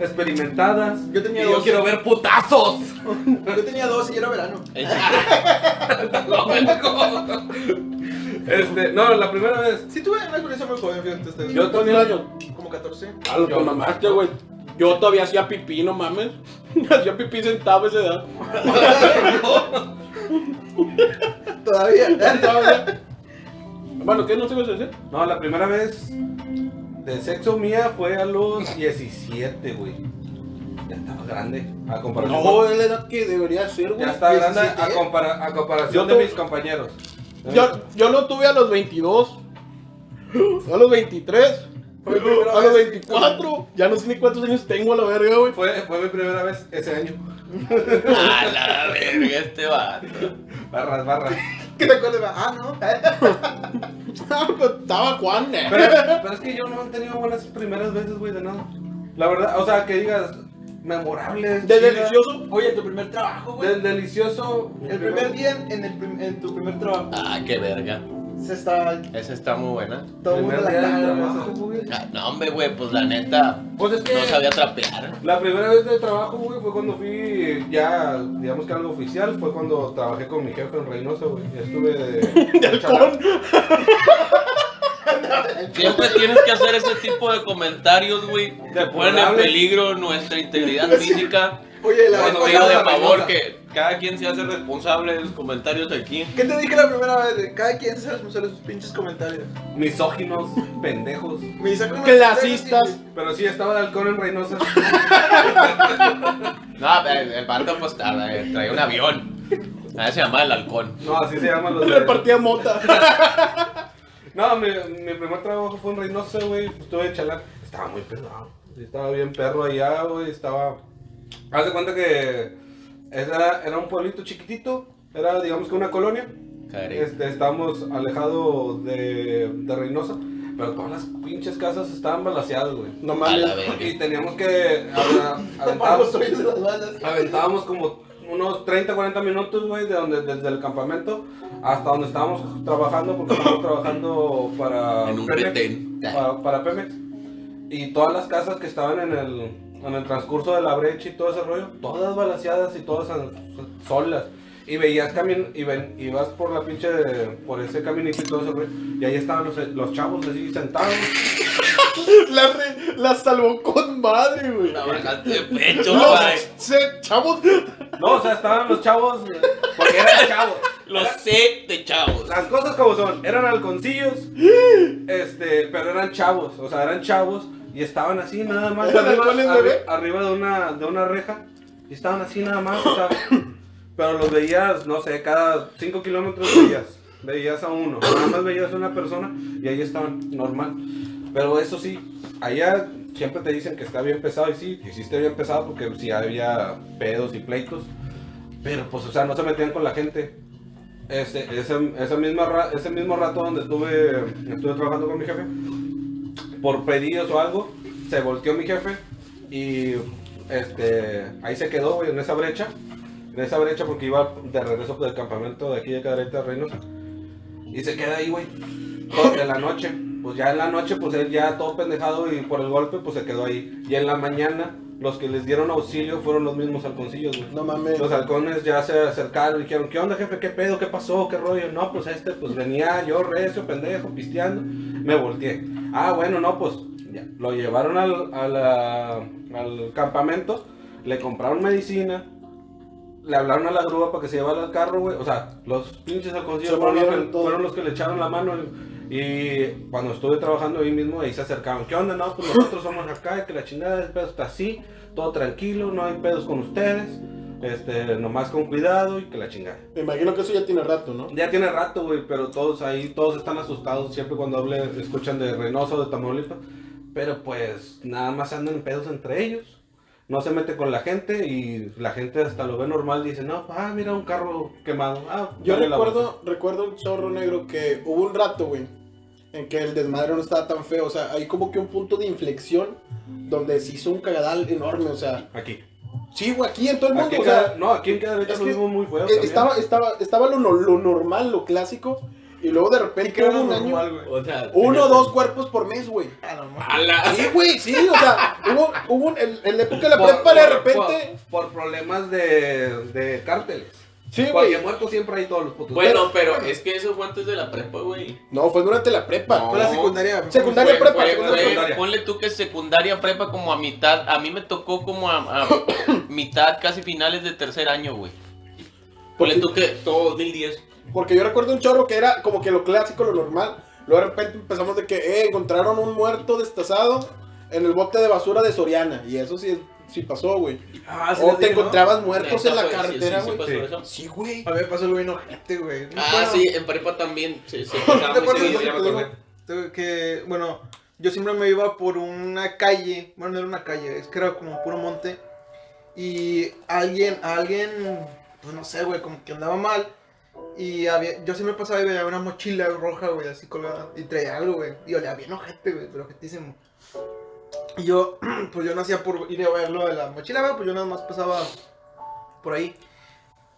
experimentadas.
Yo tenía
y yo
dos.
quiero ver putazos.
Yo tenía dos y era verano.
El
Este, no, la primera vez.
Sí tuve una experiencia muy joven, fíjate. este,
Yo tenía años.
Como 14.
Ah, lo que mamaste, güey. Yo todavía hacía pipí, no mames. Hacía pipí sentado a esa edad.
Todavía.
Bueno, ¿qué no se iba a decir?
No, la primera vez de sexo mía fue a los 17, güey. Ya estaba grande. A comparación, con-
es la edad que debería ser,
ya estaba grande a,
17.
compara- a comparación
Yo
de
tu-
mis compañeros.
Yo, yo lo tuve a los 22, a los 23,
Fue mi primera
a los
vez.
24. Ya no sé ni cuántos años tengo a la verga, güey.
Fue, fue mi primera vez ese año.
A la verga este vato.
Barras, barras.
¿Qué te acuerdas? Ah, no.
Pues Estaba Juan, eh.
Pero, pero es que yo no he tenido buenas primeras veces, güey, de nada. La verdad, o sea, que digas, memorables.
De
chidas.
delicioso.
Oye, tu primer trabajo, güey.
Del delicioso.
El primer día en, el prim- en tu primer trabajo.
Ah, qué verga.
Se está
Esa está muy buena.
todo el mundo
Primer
la
día de
cara.
trabajo,
güey.
Ah, No, hombre, güey, pues la neta.
Pues es que.
No sabía trapear.
La primera vez de trabajo, güey, fue cuando fui ya, digamos que algo oficial, fue cuando trabajé con mi jefe en Reynosa, güey. Estuve de... de chalán.
Siempre tienes que hacer ese tipo de comentarios, güey. Que ponen en
Deplorables.
peligro nuestra integridad física.
Oye, la vez
Bueno,
Cuando
digo
pasada-
de
la
favor
Reynosa.
que cada quien se hace responsable de los comentarios aquí.
¿Qué te dije la primera vez? güey? Cada quien se responsable de sus pinches comentarios.
Misóginos, pendejos.
Me hice como-
Clasistas.
Pero sí, estaba de halcón en Reynosa.
No, el, el vato pues ah, eh, traía un avión. A ese se llama el halcón.
No, así se llaman los de...
Repartía mota.
No, mi, mi primer trabajo fue en Reynosa, güey. Estuve de chalán. Estaba muy pesado. Estaba bien perro allá, güey. Estaba... Haz de cuenta que era, era un pueblito chiquitito. Era, digamos que una colonia.
Care.
Este, estábamos alejados de, de Reynosa, pero todas las pinches casas estaban balaseadas, güey.
No
A la
mames.
verga.
Y teníamos que. a-
Para los
aventábamos,
hoyos de las balas.
aventábamos como unos 30, 40 minutos, güey, de donde, desde el campamento hasta donde estábamos trabajando, porque estábamos trabajando para.
En un
Pemex,
retén. Ah,
Para, para Pemex. Y todas las casas que estaban en el, en el transcurso de la brecha y todo ese rollo, todas balaseadas y todas a- solas. Y veías camin y, ven, y vas por la pinche, por ese caminito y todo ese rollo. Y ahí estaban los, los chavos así sentados.
La, re- la salvó con madre, güey.
Una bajaste de pecho,
Los
güey.
se- chavos.
No, o sea, estaban los chavos, porque eran chavos.
Los sé de chavos.
Las cosas como son, eran halconcillos, este, pero eran chavos, o sea, eran chavos y estaban así nada más
¿Eran
arriba,
halcones,
arri-
bebé?
arriba de una de una reja y estaban así nada más, o sea, pero los veías, no sé, cada 5 kilómetros veías, veías a uno, nada más veías a una persona y ahí estaban normal. Pero eso sí, allá siempre te dicen que está bien pesado y sí, hiciste bien pesado porque sí había pedos y pleitos, pero pues, o sea, no se metían con la gente. Este, ese, esa misma ra- ese mismo rato donde estuve, estuve trabajando con mi jefe, por pedidos o algo, se volteó mi jefe Y este, ahí se quedó, güey, en esa brecha. En esa brecha porque iba de regreso del campamento de aquí de Cadereta de Reynosa. Y se queda ahí, güey. Toda la noche. Pues ya en la noche, pues él ya todo pendejado y por el golpe, pues se quedó ahí. Y en la mañana, los que les dieron auxilio fueron los mismos halconcillos, güey.
No mames.
Los halcones ya se acercaron y dijeron, ¿qué onda jefe? ¿Qué pedo? ¿Qué pasó? ¿Qué rollo? No, pues este, pues venía yo recio, pendejo, pisteando. Me volteé. Ah, bueno, no, pues ya. lo llevaron al, a la- al campamento, le compraron medicina, le hablaron a la grúa para que se llevara el carro, güey. O sea, los pinches halconcillos
Se
fueron los,
movieron
que,
todo.
fueron los que le echaron la mano. Y cuando estuve trabajando ahí mismo, ahí se acercaron. ¿Qué onda? No, pues nosotros somos acá, que la chingada, el pedo está así, todo tranquilo, no hay pedos con ustedes. Este, nomás con cuidado y que la chingada.
Me imagino que eso ya tiene rato, ¿no?
Ya tiene rato, güey, pero todos ahí, todos están asustados. Siempre cuando hable, escuchan de Reynosa o de Tamaulipas. Pero pues nada más andan en pedos entre ellos. No se mete con la gente y la gente hasta lo ve normal. Dice, no, ah, mira un carro quemado. Ah,
Yo
dale la
recuerdo, recuerdo un chorro negro que hubo un rato, güey, en que el desmadre no estaba tan feo. O sea, hay como que un punto de inflexión donde se hizo un cagadal enorme. O sea,
vuelta. Aquí.
sí, güey, aquí en todo el mundo.
Aquí en
o sea,
Cada- no, aquí en Caderita
es
lo
que-
vimos muy feo.
eh,
también.
estaba, estaba, estaba lo, no- lo normal, lo clásico. Y luego de repente hubo un año.
Otra-
Uno o dos cuerpos por mes, güey.
A la-
Sí, güey, sí, o sea, hubo, hubo un- en, en la época de la
Por-
prepa de
por-
repente.
Por, por problemas de, de cárteles.
Sí,
Porque
güey.
muertos siempre hay todos los putos.
Bueno, pero es que eso fue antes de la prepa, güey.
No, fue durante la prepa.
Fue la secundaria.
Secundaria.
Fue-
prepa,
fue-
secundaria,
fue-
secundaria.
ponle tú que secundaria prepa como a mitad, a mí me tocó como a, a mitad, casi finales de tercer año, güey. Ponle tú que todo 2010.
Porque yo recuerdo un chorro que era como que lo clásico, lo normal. Luego de repente empezamos de que, eh, encontraron un muerto destazado en el bote de basura de Soriana. Y eso sí, es- sí pasó, güey.
Ah, sí,
o
les
te
digo, ¿no?
encontrabas muertos
Neta,
en la
güey, sí,
carretera,
sí, sí
güey.
pasó
Sí.
eso.
Sí, güey.
A ver, pasó el güey enojante, güey.
Ah,
Bueno,
sí, en prepa también. Sí, sí,
¿Te
pasaba,
acuerdas
sí,
de
sí,
lo que
ya me
te
acordé.
digo? Te- Que, bueno, yo siempre me iba por una calle. Bueno, no era una calle, es que era como puro monte. Y alguien, a alguien, pues no sé, güey, como que andaba mal. Y había, yo siempre pasaba y veía una mochila roja, güey, así colgada. Y traía algo, güey. Y olía bien ojete, güey, pero ojetísimo. Y yo, pues yo no hacía por ir a verlo de la mochila, güey, pues yo nada más pasaba por ahí.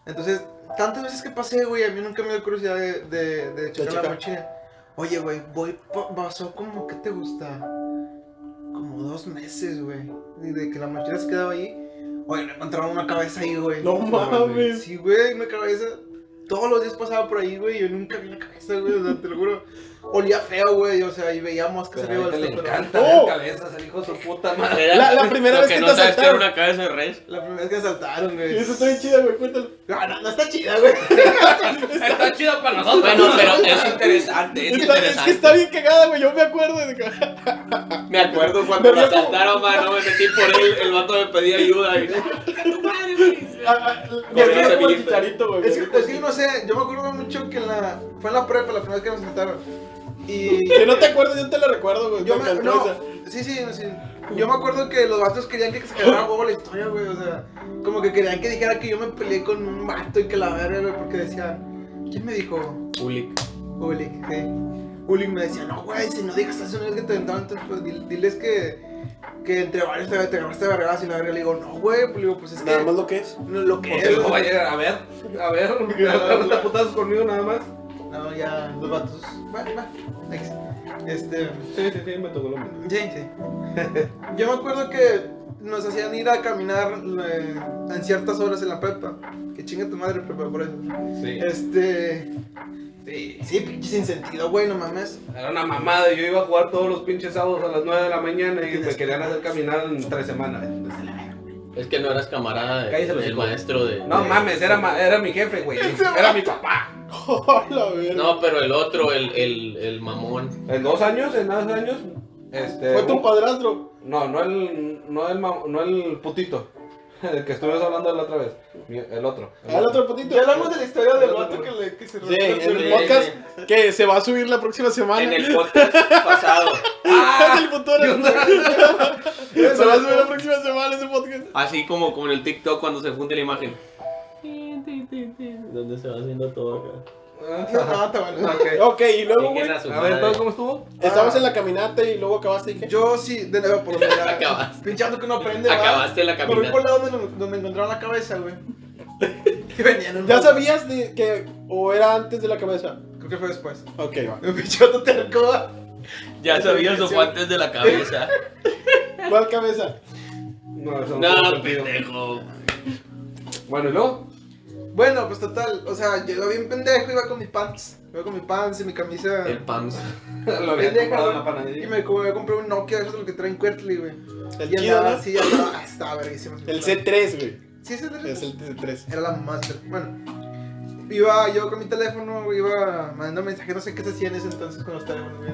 Entonces, tantas veces que pasé, güey, a mí nunca me dio curiosidad de, de, de checar la
checar.
mochila. Oye, güey, voy, pa- pasó como, ¿qué te gusta? Como dos meses, güey, y de que la mochila se quedaba ahí. Oye, me encontraron una cabeza ahí, güey.
No mames.
Sí, güey, una cabeza. Todos los días pasaba por ahí, güey. Yo nunca vi una cabeza, güey. O sea, te lo juro. Olía feo, güey. O sea, y veíamos que arriba
Pero a él
del
le
suelo.
encanta
¡No!
ver cabezas, el hijo de su puta madre.
Era-
La- la primera
lo
vez
que
que
no
te
sabes que era
asaltaron.
una cabeza de res.
La primera vez que saltaron,
Y
güey.
eso está bien chida, güey. Cuéntalo.
Ah, no, no está chida, güey.
Está chido para nosotros.
Bueno, pero es interesante, es
Está- es que
interesante.
está bien cagada, güey. Yo me acuerdo de que-
Me acuerdo cuando
Me ah,
me
vio como-
asaltaron, mano, me metí por él, el vato me pedía ayuda. y-
Ah, ah, Mi hermano
esa
como el
billete.
chicharito, güey.
Es que, es que yo no sé. Yo me acuerdo mucho que en la. Fue en la prepa la primera vez que nos saltaron. Y.
Si no te acuerdas, yo te la recuerdo, güey.
Yo
me
me,
encantó
no,
esa.
sí, sí, sí. Yo me acuerdo que los vatos querían que se quedara huevo la historia, güey. O sea, como que querían que dijera que yo me peleé con un vato y que la verga, güey, porque decía, ¿quién me dijo?
Ulick.
Ulick, sí. Ulick me decía, no, güey, si no digas eso, no es que te aventaron, entonces pues, dil- diles que, que entre varios te, te agarraste de vergas y la verga. Le digo, no, güey, pues, le digo, pues es que
Nada más lo que es.
no, lo que
Porque
es.
luego va a
güey".
llegar, a ver, a ver, agárrate a putazos conmigo nada más.
No, ya, los vatos, va, va, X. Este,
Sí, sí, sí, me tocó lo mismo.
sí, sí. Yo me acuerdo que nos hacían ir a caminar eh, en ciertas horas en la prepa. Que chinga tu madre, prepa, por eso.
Sí.
Este,
Sí.
sí, pinche sin sentido, güey, no mames.
Era una mamada, yo iba a jugar todos los pinches sábados a las 9 de la mañana y me querían hacer caminar en tres semanas.
Es que no eras camarada de-
Cállese los
del
hijos.
maestro de.
No mames, era, ma- era mi jefe, güey. Era mi papá.
Hola, verga.
No, pero el otro, el, el, el mamón.
En dos años, en dos años, este.
Fue tu
un-
padrastro.
No, no el, no el, mam- no el putito. El que estuvimos hablando la otra vez. Mi- El otro.
Ah, el otro potito.
Ya hablamos de la historia del vato que, le, que se
Sí, en el
Sí,
podcast que se va a subir la próxima semana.
En el podcast pasado.
Es el futuro. Se va a subir la
Yo-
próxima semana ese podcast.
Así como, como en el TikTok cuando se funde la imagen. Donde se va haciendo todo acá.
Ah,
No, no, te vale.
Ok.
Ok, y luego, güey,
Chinguen a su
A ver,
madre.
entonces, ¿cómo estuvo?
estabas en la caminata y luego acabaste y que...
Yo sí, de nuevo, por lo menos.
Acabaste.
Pinchando que no aprende. ¿va?
Acabaste la
Corrí por el
caminata.
lado donde, donde encontraron la cabeza, güey. Que venían en
¿Ya
un-
sabías de que o era antes de la cabeza?
Creo que fue después.
Ok, va.
El pichoto terco. ¿va?
Ya sabías los guantes de la cabeza.
¿Cuál cabeza?
No, eso tiene
No,
sentido.
pendejo.
Bueno, ¿y luego?
Bueno, pues total. O sea, llegó bien pendejo, iba con mi pants. Iba con mi pants y mi camisa.
El pams.
Lo había comprado en
Pendejo,
la panadería.
y me, como, me compré un Nokia, eso es lo que traen Quirtley, güey.
El
Y
chido,
andaba
¿no?
así, ya andaba. Ah, estaba verguísima.
El C3, güey.
Sí, ese
Es el C3.
Era la master. Bueno, iba yo con mi teléfono, iba mandando mensajes. No sé qué se hacía en ese entonces con los teléfonos. güey.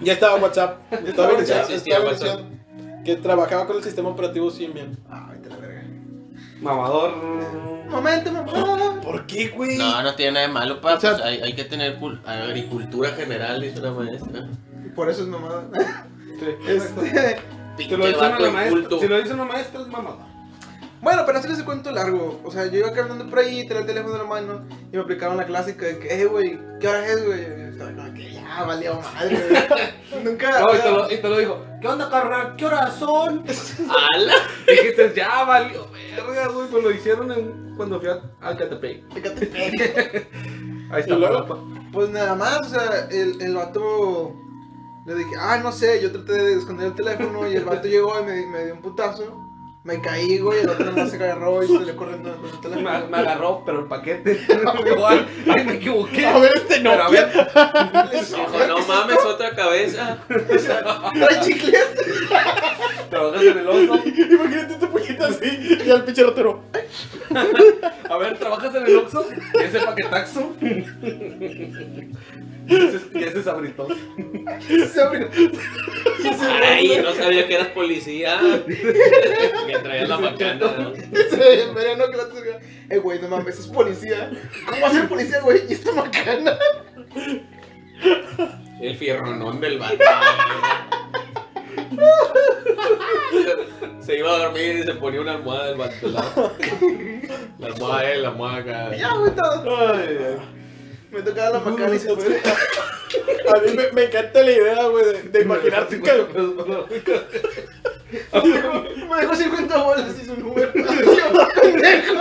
Ya estaba WhatsApp. Ya estaba
Ya
iniciando,
existía
estaba
WhatsApp.
iniciando. Que trabajaba con el sistema operativo Symbian.
Ah, vete a la verga.
Mamador.
Momento, mamá.
¿Por qué, güey?
No, no tiene nada de malo, pa.
O sea-
pues hay, hay que tener cul- agricultura general, dice la maestra.
Por eso es mamada.
Este,
Este,
Si
Pinche
lo dice
vato
una
inculto.
maestra, si lo dice una maestra es mamador.
Bueno, para hacerles el cuento largo, o sea, yo iba caminando por ahí, tenía el teléfono en la mano y me aplicaron la clásica de que, eh, güey, ¿qué hora es, güey? Y yo estaba como que ya, valió madre, güey. Nunca.
No, y te lo, y te lo dijo. ¿Qué onda, carnal? ¿Qué horas son?
¡Ala!
Dijiste, ya valió verga, güey. Pues lo hicieron en- cuando fui a Alcatepec.
Fíjate.
Ahí está
¿Y luego?
papá.
Pues nada más, o sea, el, el vato le dije, ah, no sé, yo traté de esconder el teléfono y el vato llegó y me, me dio un putazo. Me caí, güey, el otro nomás se agarró y se le corriendo con el
Me,
teléfono.
me agarró, pero el paquete. Igual. Ay, me equivoqué.
A ver, este no.
Pero a ver,
Dijo, no mames, otra cabeza.
¡Trae chicles!
trabajas en el oso.
Imagínate este puñito así y al pinche rotero.
A ver, trabajas en el Oxxo. ¿Y ese paquetaxo? Y ese- y ese sabritos.
Se abrió.
Ay, no sabía que eras policía. que traías la macana, ¿no?
Ese Mariano que la tuya. Eh, güey, no mames, es policía. ¿Cómo va a ser policía, güey? Y esta macana.
El fierronón del vato. se iba a dormir y se ponía una almohada del vato. La, la almohada él, la almohada acá.
Ya, güey, todo.
Ay,
Me tocaba la macana y se fue.
A mí me, me encanta la idea, güey, de, de imaginarte que.
Pues,
Me dejó 50 bolas y su número. Pendejo.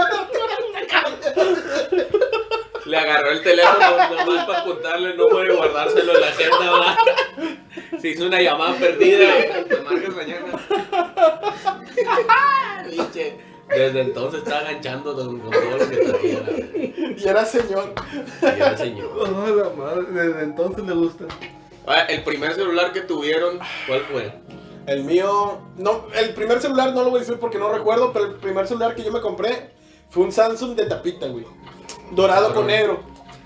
Le agarró el teléfono nomás para apuntarle el número y guardárselo en la agenda. ¿verdad? Se hizo una llamada perdida. Te marcas mañana. Pinche. Desde entonces está aganchando con, con todo lo que traía. la-
Y era señor.
y era señor.
Oh, la madre, desde entonces le gusta.
Ah, El primer celular que tuvieron, ¿cuál fue?
El mío. No, el primer celular no lo voy a decir porque no recuerdo, pero el primer celular que yo me compré fue un Samsung de tapita, güey. Dorado con negro.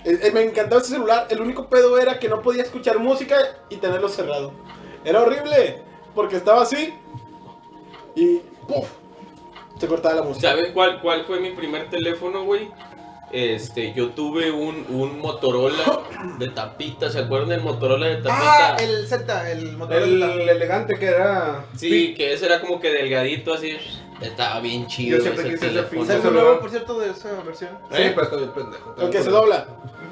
Eh, eh, me encantaba ese celular. El único pedo era que no podía escuchar música y tenerlo cerrado. Era horrible, porque estaba así y ¡puf! Se cortaba la música.
¿Saben cuál, cuál fue mi primer teléfono, güey? Este, yo tuve un, un Motorola de tapita, ¿se acuerdan del Motorola de
Ah,
tapita?
el Z, el motor.
El,
de
elegante que era.
Sí, que ese era como que delgadito así. Estaba bien chido.
Yo siempre quise ese
la-
teléfono.
pinche
¿Sabes un nuevo, por cierto, de esa versión?
Sí, pero está bien pendejo.
El que se dobla.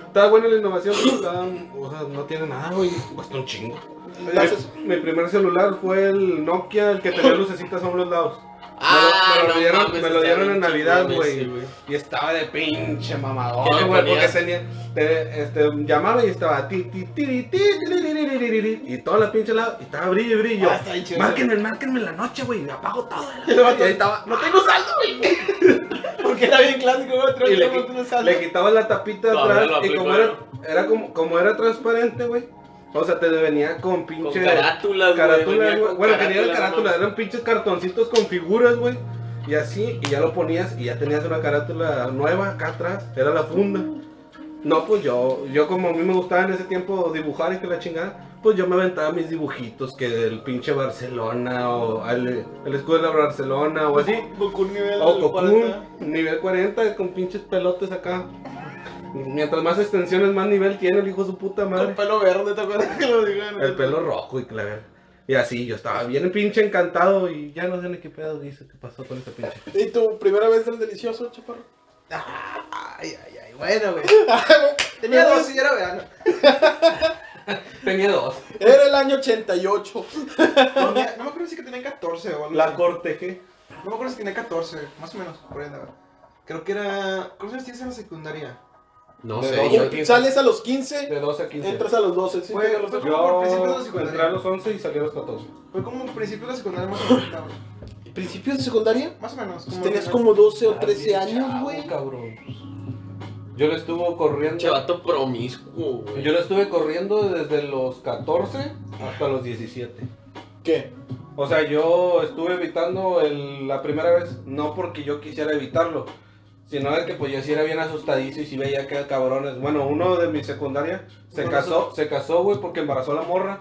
Está buena la innovación, pero está, o sea, no tiene nada, güey. Cuesta un chingo.
Entonces,
Mi primer celular fue el Nokia, el que tenía lucecitas a los lados.
Ah,
Me lo- me lo
no
dieron- me
mames,
lo
está
dieron
bien
en Navidad,
chingón
güey.
ese,
Y estaba de pinche
¿Qué le
mamador, güey, porque
ponías?
tenía, te- este, llamaba y estaba ti, ti, ti, ti, ti, li, li, li, li, li, li, li, y toda la pinche lado, y estaba brillo, y brillo.
Ah, está bien chido.
Márquenme, márquenme en la noche, güey, me apago todo.
Y el vato, No tengo saldo, güey. Porque era bien clásico, güey.
Y le,
Trae
qui-
no tengo saldo.
le quitaba la tapita
Todavía
atrás
lo
y
aplico,
como era, era como, como era transparente, güey, o sea, te venía con
Con
pinche...
carátulas, güey.
Carátulas,
venía
güey.
con
Bueno, que ni eran
carátulas,
carátulas,
no
eran pinches cartoncitos con figuras, güey. Y así, y ya lo ponías y ya tenías una carátula nueva acá atrás. Era la funda. No, pues yo, yo como a mí me gustaba en ese tiempo dibujar y que la chingada, pues yo me aventaba mis dibujitos que del pinche Barcelona o al- el escudo de la Barcelona o así.
Goku nivel.
O Cocoon,
40.
nivel 40 con pinches pelotes acá. Mientras más extensiones, más nivel tiene el hijo de su puta madre.
Con pelo verde, ¿te acuerdas que lo digan?
El pelo rojo y clave. Y así, yo estaba bien pinche encantado y ya no sé ni qué pedo dice qué pasó con esta pinche.
¿Y tu primera vez del delicioso, chaparro?
Ay, ay, ay, Bueno, güey. Tenía dos y era verano.
Tenía dos.
Era el año 88.
No, me no me acuerdo si que tenía 14 o algo
La
así.
cortejé.
No me acuerdo si tenía 14, más o menos, por ahí andaba. Creo que era. ¿Cuántos años tienes en la secundaria?
No
De
sé,
dos,
yo
güey.
que-
Sales a los 15,
De 12 a 15.
entras a los 12. Sí,
Güey,
llega a los
fue
12.
como por principios de la
Yo entré a
secundaria.
los 11 y salí a los 14.
Fue como al principio de la secundaria más o menos. estaba.
¿Principios de secundaria?
Más o menos.
Pues tenías como 12 o 13 años,
Ah, Chavo,
güey.
cabrón. Yo le estuve corriendo.
Chavato promiscuo, güey.
Yo le estuve corriendo desde los 14 hasta los 17.
¿Qué?
O sea, yo estuve evitando el- la primera vez, no porque yo quisiera evitarlo, sino de que pues yo sí era bien asustadizo y sí veía que cabrones. Bueno, uno de mi secundaria se
Bueno,
casó, se casó, güey, porque embarazó a la morra.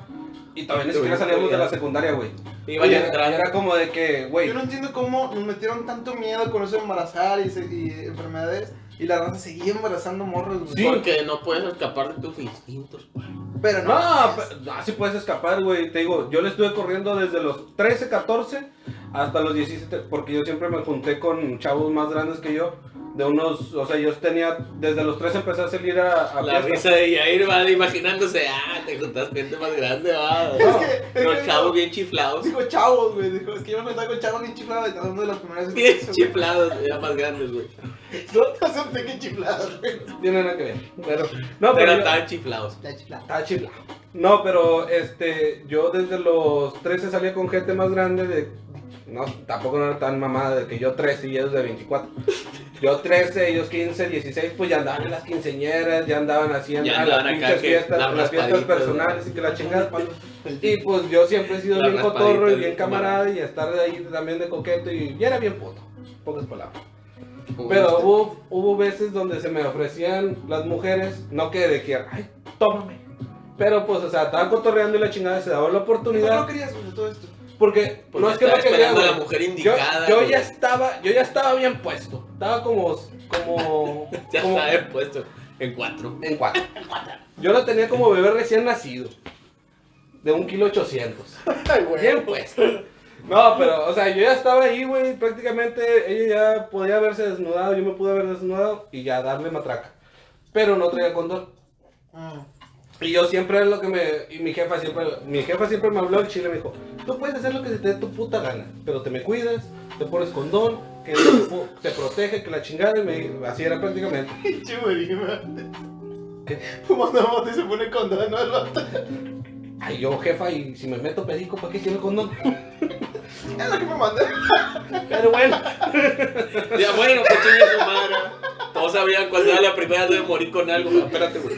Y también ni siquiera salíamos de la secundaria, güey. Y
Iba a
era,
entrar.
era como de que, güey,
Yo no entiendo cómo nos metieron tanto miedo con eso de embarazar y, se- y enfermedades. Y la raza seguía embarazando morros, güey.
Porque no puedes escapar de tus instintos.
Pero no.
No,
pues,
pe- así puedes escapar, güey. Te digo, yo le estuve corriendo desde los 13, 14 hasta los 17, porque yo siempre me junté con chavos más grandes que yo. De unos, o sea, yo tenía, desde los 13 empecé a salir a, a
La
fiestas.
risa de Yair va de imaginándose, ah, te juntas gente más grande, va.
Es que- es que
Los
digo-
chavos bien chiflados.
Dijo chavos, güey. Dijo, es que yo me juntaba con chavos bien chiflados. Y uno de las primeras
Bien
veces. güey.
chiflados, ya más grandes, güey.
No te acepté que chiflados, güey.
Tiene nada que ver. Pero, no,
Pero
pero, yo-
estaban chiflados.
Está chiflado.
Está chiflado. No, pero este, yo desde los 13 salía con gente más grande de. No, tampoco no era tan mamada de que yo 13 y ellos de 24. Yo 13, ellos 15, 16, pues ya andaban en las quinceñeras, ya andaban haciendo
Ya
a las
andaban acá
pinches
que
fiestas,
las
las fiestas
raspaditas,
personales y que la chingada.
Y
Y pues yo siempre he sido
Las
bien cotorro y
raspaditas,
bien
como-
camarada y estar de ahí también de coqueto y ya era bien puto, pocas palabras. Pero hubo, hubo veces donde se me ofrecían las mujeres, no que de que, ay, tómame. Pero pues, o sea, estaban cotorreando y la chingada se daba
¿Cómo
la
no
oportunidad.
querías, güey, todo esto?
Porque,
Porque
no es que no
estaba
quería,
esperando a la
güey.
mujer
Yo,
indicada.
yo
güey.
ya estaba, yo ya estaba bien puesto. Estaba como, como,
Ya
como
está eh, puesto en cuatro.
en cuatro. Yo lo tenía como bebé recién nacido. De un kilo ochocientos.
Ay, güey.
Bien pues. No, pero, o sea, yo ya estaba ahí, güey, prácticamente ella ya podía haberse desnudado, yo me pude haber desnudado y ya darle matraca. Pero no traía condón.
Ah.
Y yo siempre es lo que me... Y mi jefa siempre, mi jefa siempre me habló el chile, me dijo, tú puedes hacer lo que se te dé tu puta gana, pero te me cuidas, te pones condón, que el cuerpo te protege, que la chingada, y me, así era prácticamente.
Pinche güerima. Fumando moto y se pone condón, ¿no? El vato.
Ay, yo, jefa, y si me meto pedico, ¿para qué quiero condón?
Es lo que me mandé.
Pero bueno,
Ya bueno, pues chingue su madre. Todos sabían cuál era la primera de morir con algo. Espérate, güey.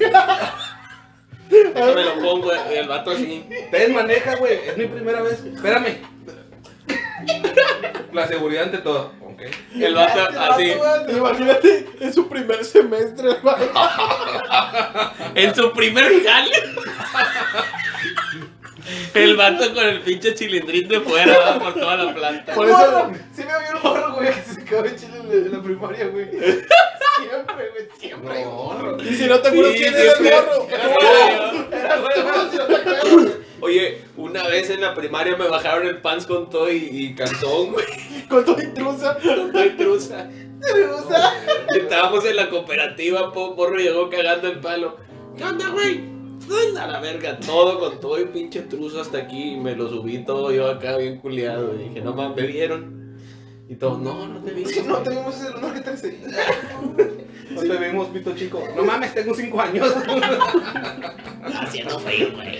Yo me lo pongo eh, el vato así.
ustedes maneja, güey, es mi primera vez, espérame. La seguridad ante todo, ok.
El vato
Este
así.
vato, güey,
Imagínate, en su primer semestre, güey.
En su primer jale. El vato con el pinche cilindrín de fuera va por toda la planta.
Por eso-
Morro. Sí me vio un morro, güey, que se acabó de chile en la- en la primaria, güey. Siempre, güey, siempre. hay morro.
Y si no te acuerdas
Sí,
quién
sí,
era
sí.
el morro.
Era bueno.
Todos se lo acuerdan.
Oye, una vez en la primaria me bajaron el pants con todo y, y cantón, güey.
Con toda intrusa.
Con todo y truza.
¿Te gusta?
Estábamos en la cooperativa, po, porro llegó cagando el palo. ¿Qué onda, güey? Anda la verga, todo con todo y pinche truzo hasta aquí. Y me lo subí todo yo acá bien culiado. Y dije, no mames, me vieron. Y todos, no, no te
Si
viste.
no tenemos ese honor que te enseñé.
No te vimos, pito chico. No mames, tengo 5 años.
Haciendo frío, güey.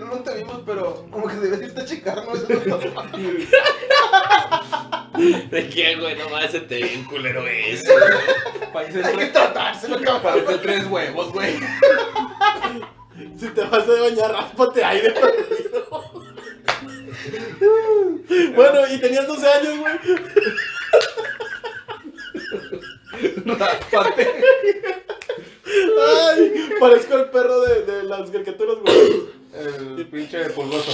No no te vimos, pero como que debes irte a checar, ¿no? Eso no-
¿De qué, güey? No mames, se te ve bien culero eso.
Parece
Hay que
tres,
tratárselo, cabrón.
parece tres huevos, güey.
Si te vas a bañar, ráspate aire Bueno, y tenías 12 años, güey.
Ráspate.
Ay, parezco el perro de, de las caricaturas, güey.
El pinche polvoso.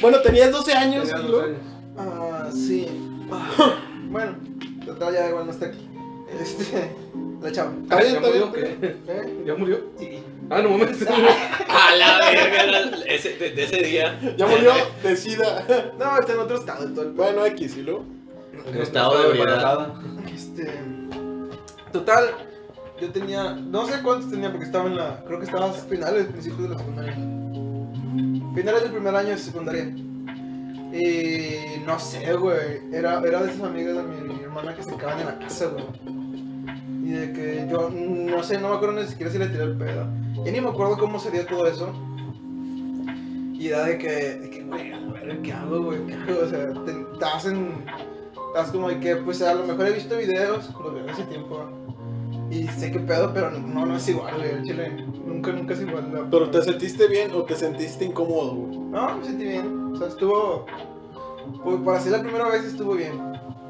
Bueno, tenías 12 años. y
Tenía dos
luego-
años.
Ah, sí. Ah, bueno, total, ya igual no está aquí. Este. La chava.
Está bien,
¿Ya
está bien,
murió?
está bien.
¿Qué?
¿Eh?
¿Ya murió?
Sí.
Ah, no mames.
A la verga, era ese, desde ese día.
Ya murió de sida.
No, está en otro estado, todo el
Bueno, X, ¿y luego?
estado de ebriedad.
Este. Total, yo tenía, no sé cuántos tenía porque estaba en la, creo que estaba a finales, principios de la secundaria. Finales del primer año de secundaria. Y no sé, güey, era, era de esas amigas de mi, hermana que se quedaban en la casa, güey. Y de que yo, no sé, no me acuerdo ni siquiera si le tiré el pedo. Ya ni me acuerdo cómo sería todo eso. Y era de que, de que güey, a la verga, ¿qué hago, güey? ¿Qué hago? O sea, te, estás en, estás como de que, pues a lo mejor he visto videos, los veo hace tiempo. Y sé qué pedo, pero no, no es igual, güey, el chile. Nunca, nunca es igual. la-
Pero te sentiste bien o te sentiste incómodo, güey.
No, me sentí bien. O sea, estuvo. Pues para ser la primera vez estuvo bien.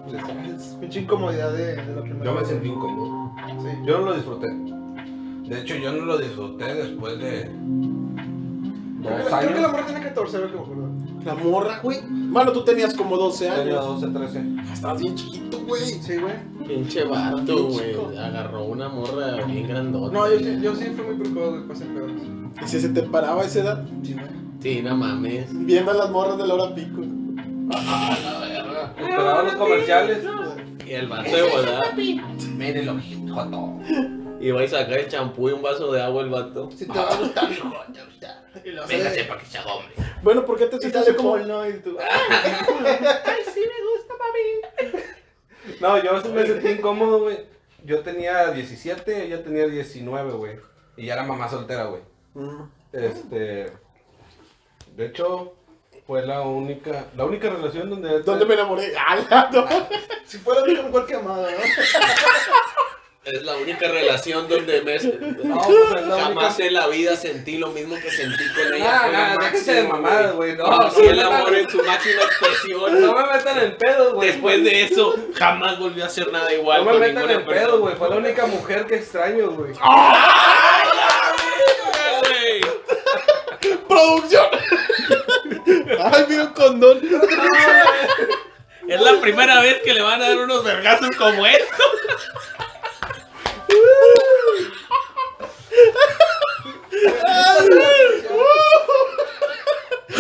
O sea, es pinche incomodidad de, de la primera
Yo me
vez.
sentí incómodo.
Sí.
Yo no lo disfruté.
De hecho, yo no lo disfruté después de
Creo, que- creo
Dos
que la
años.
morra tiene 14, ahora que me acuerdo.
La morra, güey. Mano, tú tenías como 12
Tenía
años.
12, 13.
Estabas bien chiquito, güey.
Sí, güey.
Pinche vato,
Pinche chico.
güey. Agarró una morra bien grandota.
No, yo, sí- yo sí fui muy precoz, güey, para ser peor.
Y si se te paraba a esa edad,
Sí, güey.
Sí, no mames.
viendo a las morras de la hora pico.
Esperaba los comerciales.
Y el vato de volada.
Mire el ojito, joto.
Y va a sacar el champú y un vaso de agua el vato.
Si te va a gustar, hijo, te va a gustar. Y lo hace. de-
para que sea hombre.
Bueno, ¿por qué te
Y
sentaste
sale
como
como el no y tú.
No, yo a veces me sentí incómodo, güey. Yo tenía 17, ella tenía 19, güey.
Y ya era mamá soltera, güey.
Este. De hecho, fue la única. La única relación donde.
¿Dónde me enamoré? ¡Ah, no!
Si fuera a mí como cualquier amada, ¿no?
Es la única relación donde me...
No, pues es la
Jamás
única. Ah,
en la vida sentí lo mismo que sentí con ella.
No,
Fue lo
no, déjese de
máximo,
mamadas, güey. No,
Conocí
no,
el
no,
amor
no.
en su máxima expresión.
No me metan en pedos, güey.
Después de eso, jamás volvió a hacer nada igual.
pues, No me
con
metan
ninguna
en
persona.
pedo, güey. Fue la única mujer que extraño, güey.
¡Ah, güey!
¡Producción! ¡Ay, mira un condón!
Es la primera vez que le van a dar unos vergazos como esto.
O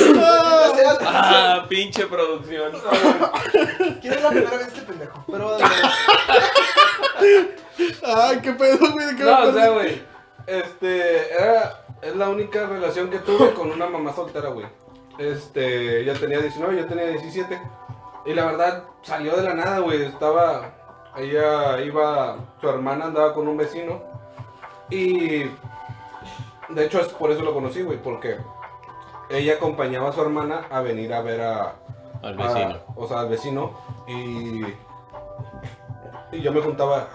sea,
Ah, pinche producción.
¿Quién es la primera vez este pendejo? Pero dale,
¡Ay, qué pedo, güey! ¿De qué me
No, o sea,
acuerdo?
güey. Este, era, es la única relación que tuve con una mamá soltera, güey. Este, ella tenía 19, yo tenía 17. Y la verdad, salió de la nada, güey. Estaba, ella iba, su hermana andaba con un vecino. Y, de hecho, es por eso lo conocí, güey, porque ella acompañaba a su hermana a venir a ver a,
Al
a- o sea, al vecino. Y, y yo me juntaba,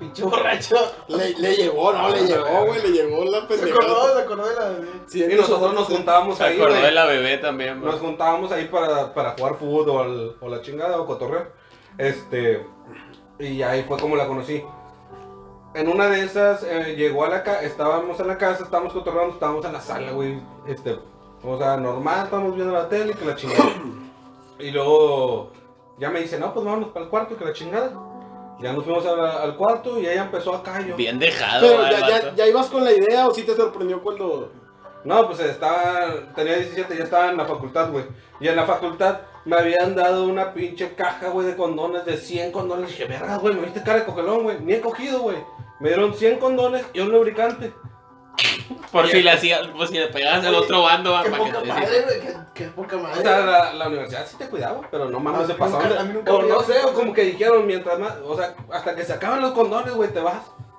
pinche borracho.
Le, le llegó, no, le llegó, güey, le llegó la
¿Se
pendejada.
acordó? ¿Se acordó de la.?
Sí,
Y nosotros nos juntábamos
Se
ahí,
acordó
güey.
de la bebé también,
Nos
bro.
juntábamos ahí para, para jugar fútbol o la chingada o cotorreo. Este, y ahí fue como la conocí. En una de esas eh, llegó a la casa, estábamos en la casa, estábamos cotorreando, estábamos en la sala, güey. Este, o sea, normal, estábamos viendo la tele, que la chingada. Y luego ya me dice, no, pues vámonos para el cuarto, que la chingada. Ya nos fuimos a la- al cuarto y ella empezó a callo.
Bien dejado,
Pero
güey,
ya,
vato.
ya, ya ibas con la idea o sí te sorprendió cuando.
No, pues estaba, tenía 17, ya estaba en la facultad, güey. Y en la facultad me habían dado una pinche caja, güey, de condones, de 100 condones. Dije, verga, güey, me viste cara de cogelón, güey. Ni he cogido, güey. Me dieron 100 condones y un lubricante.
Por si le hacías, por si le pegabas al otro bando, va,
Qué
Ah, para que
poca
te
madre, güey. qué- Qué poca
O
madre.
sea, la, la universidad sí te cuidaba, pero no mames,
A
se
mí
pasaron.
nunca-
de-
a mí nunca
o
me
no
dieron
sé, o
100,
como
güey.
que dijeron, mientras más, o sea, hasta que se acaban los condones, güey, te vas.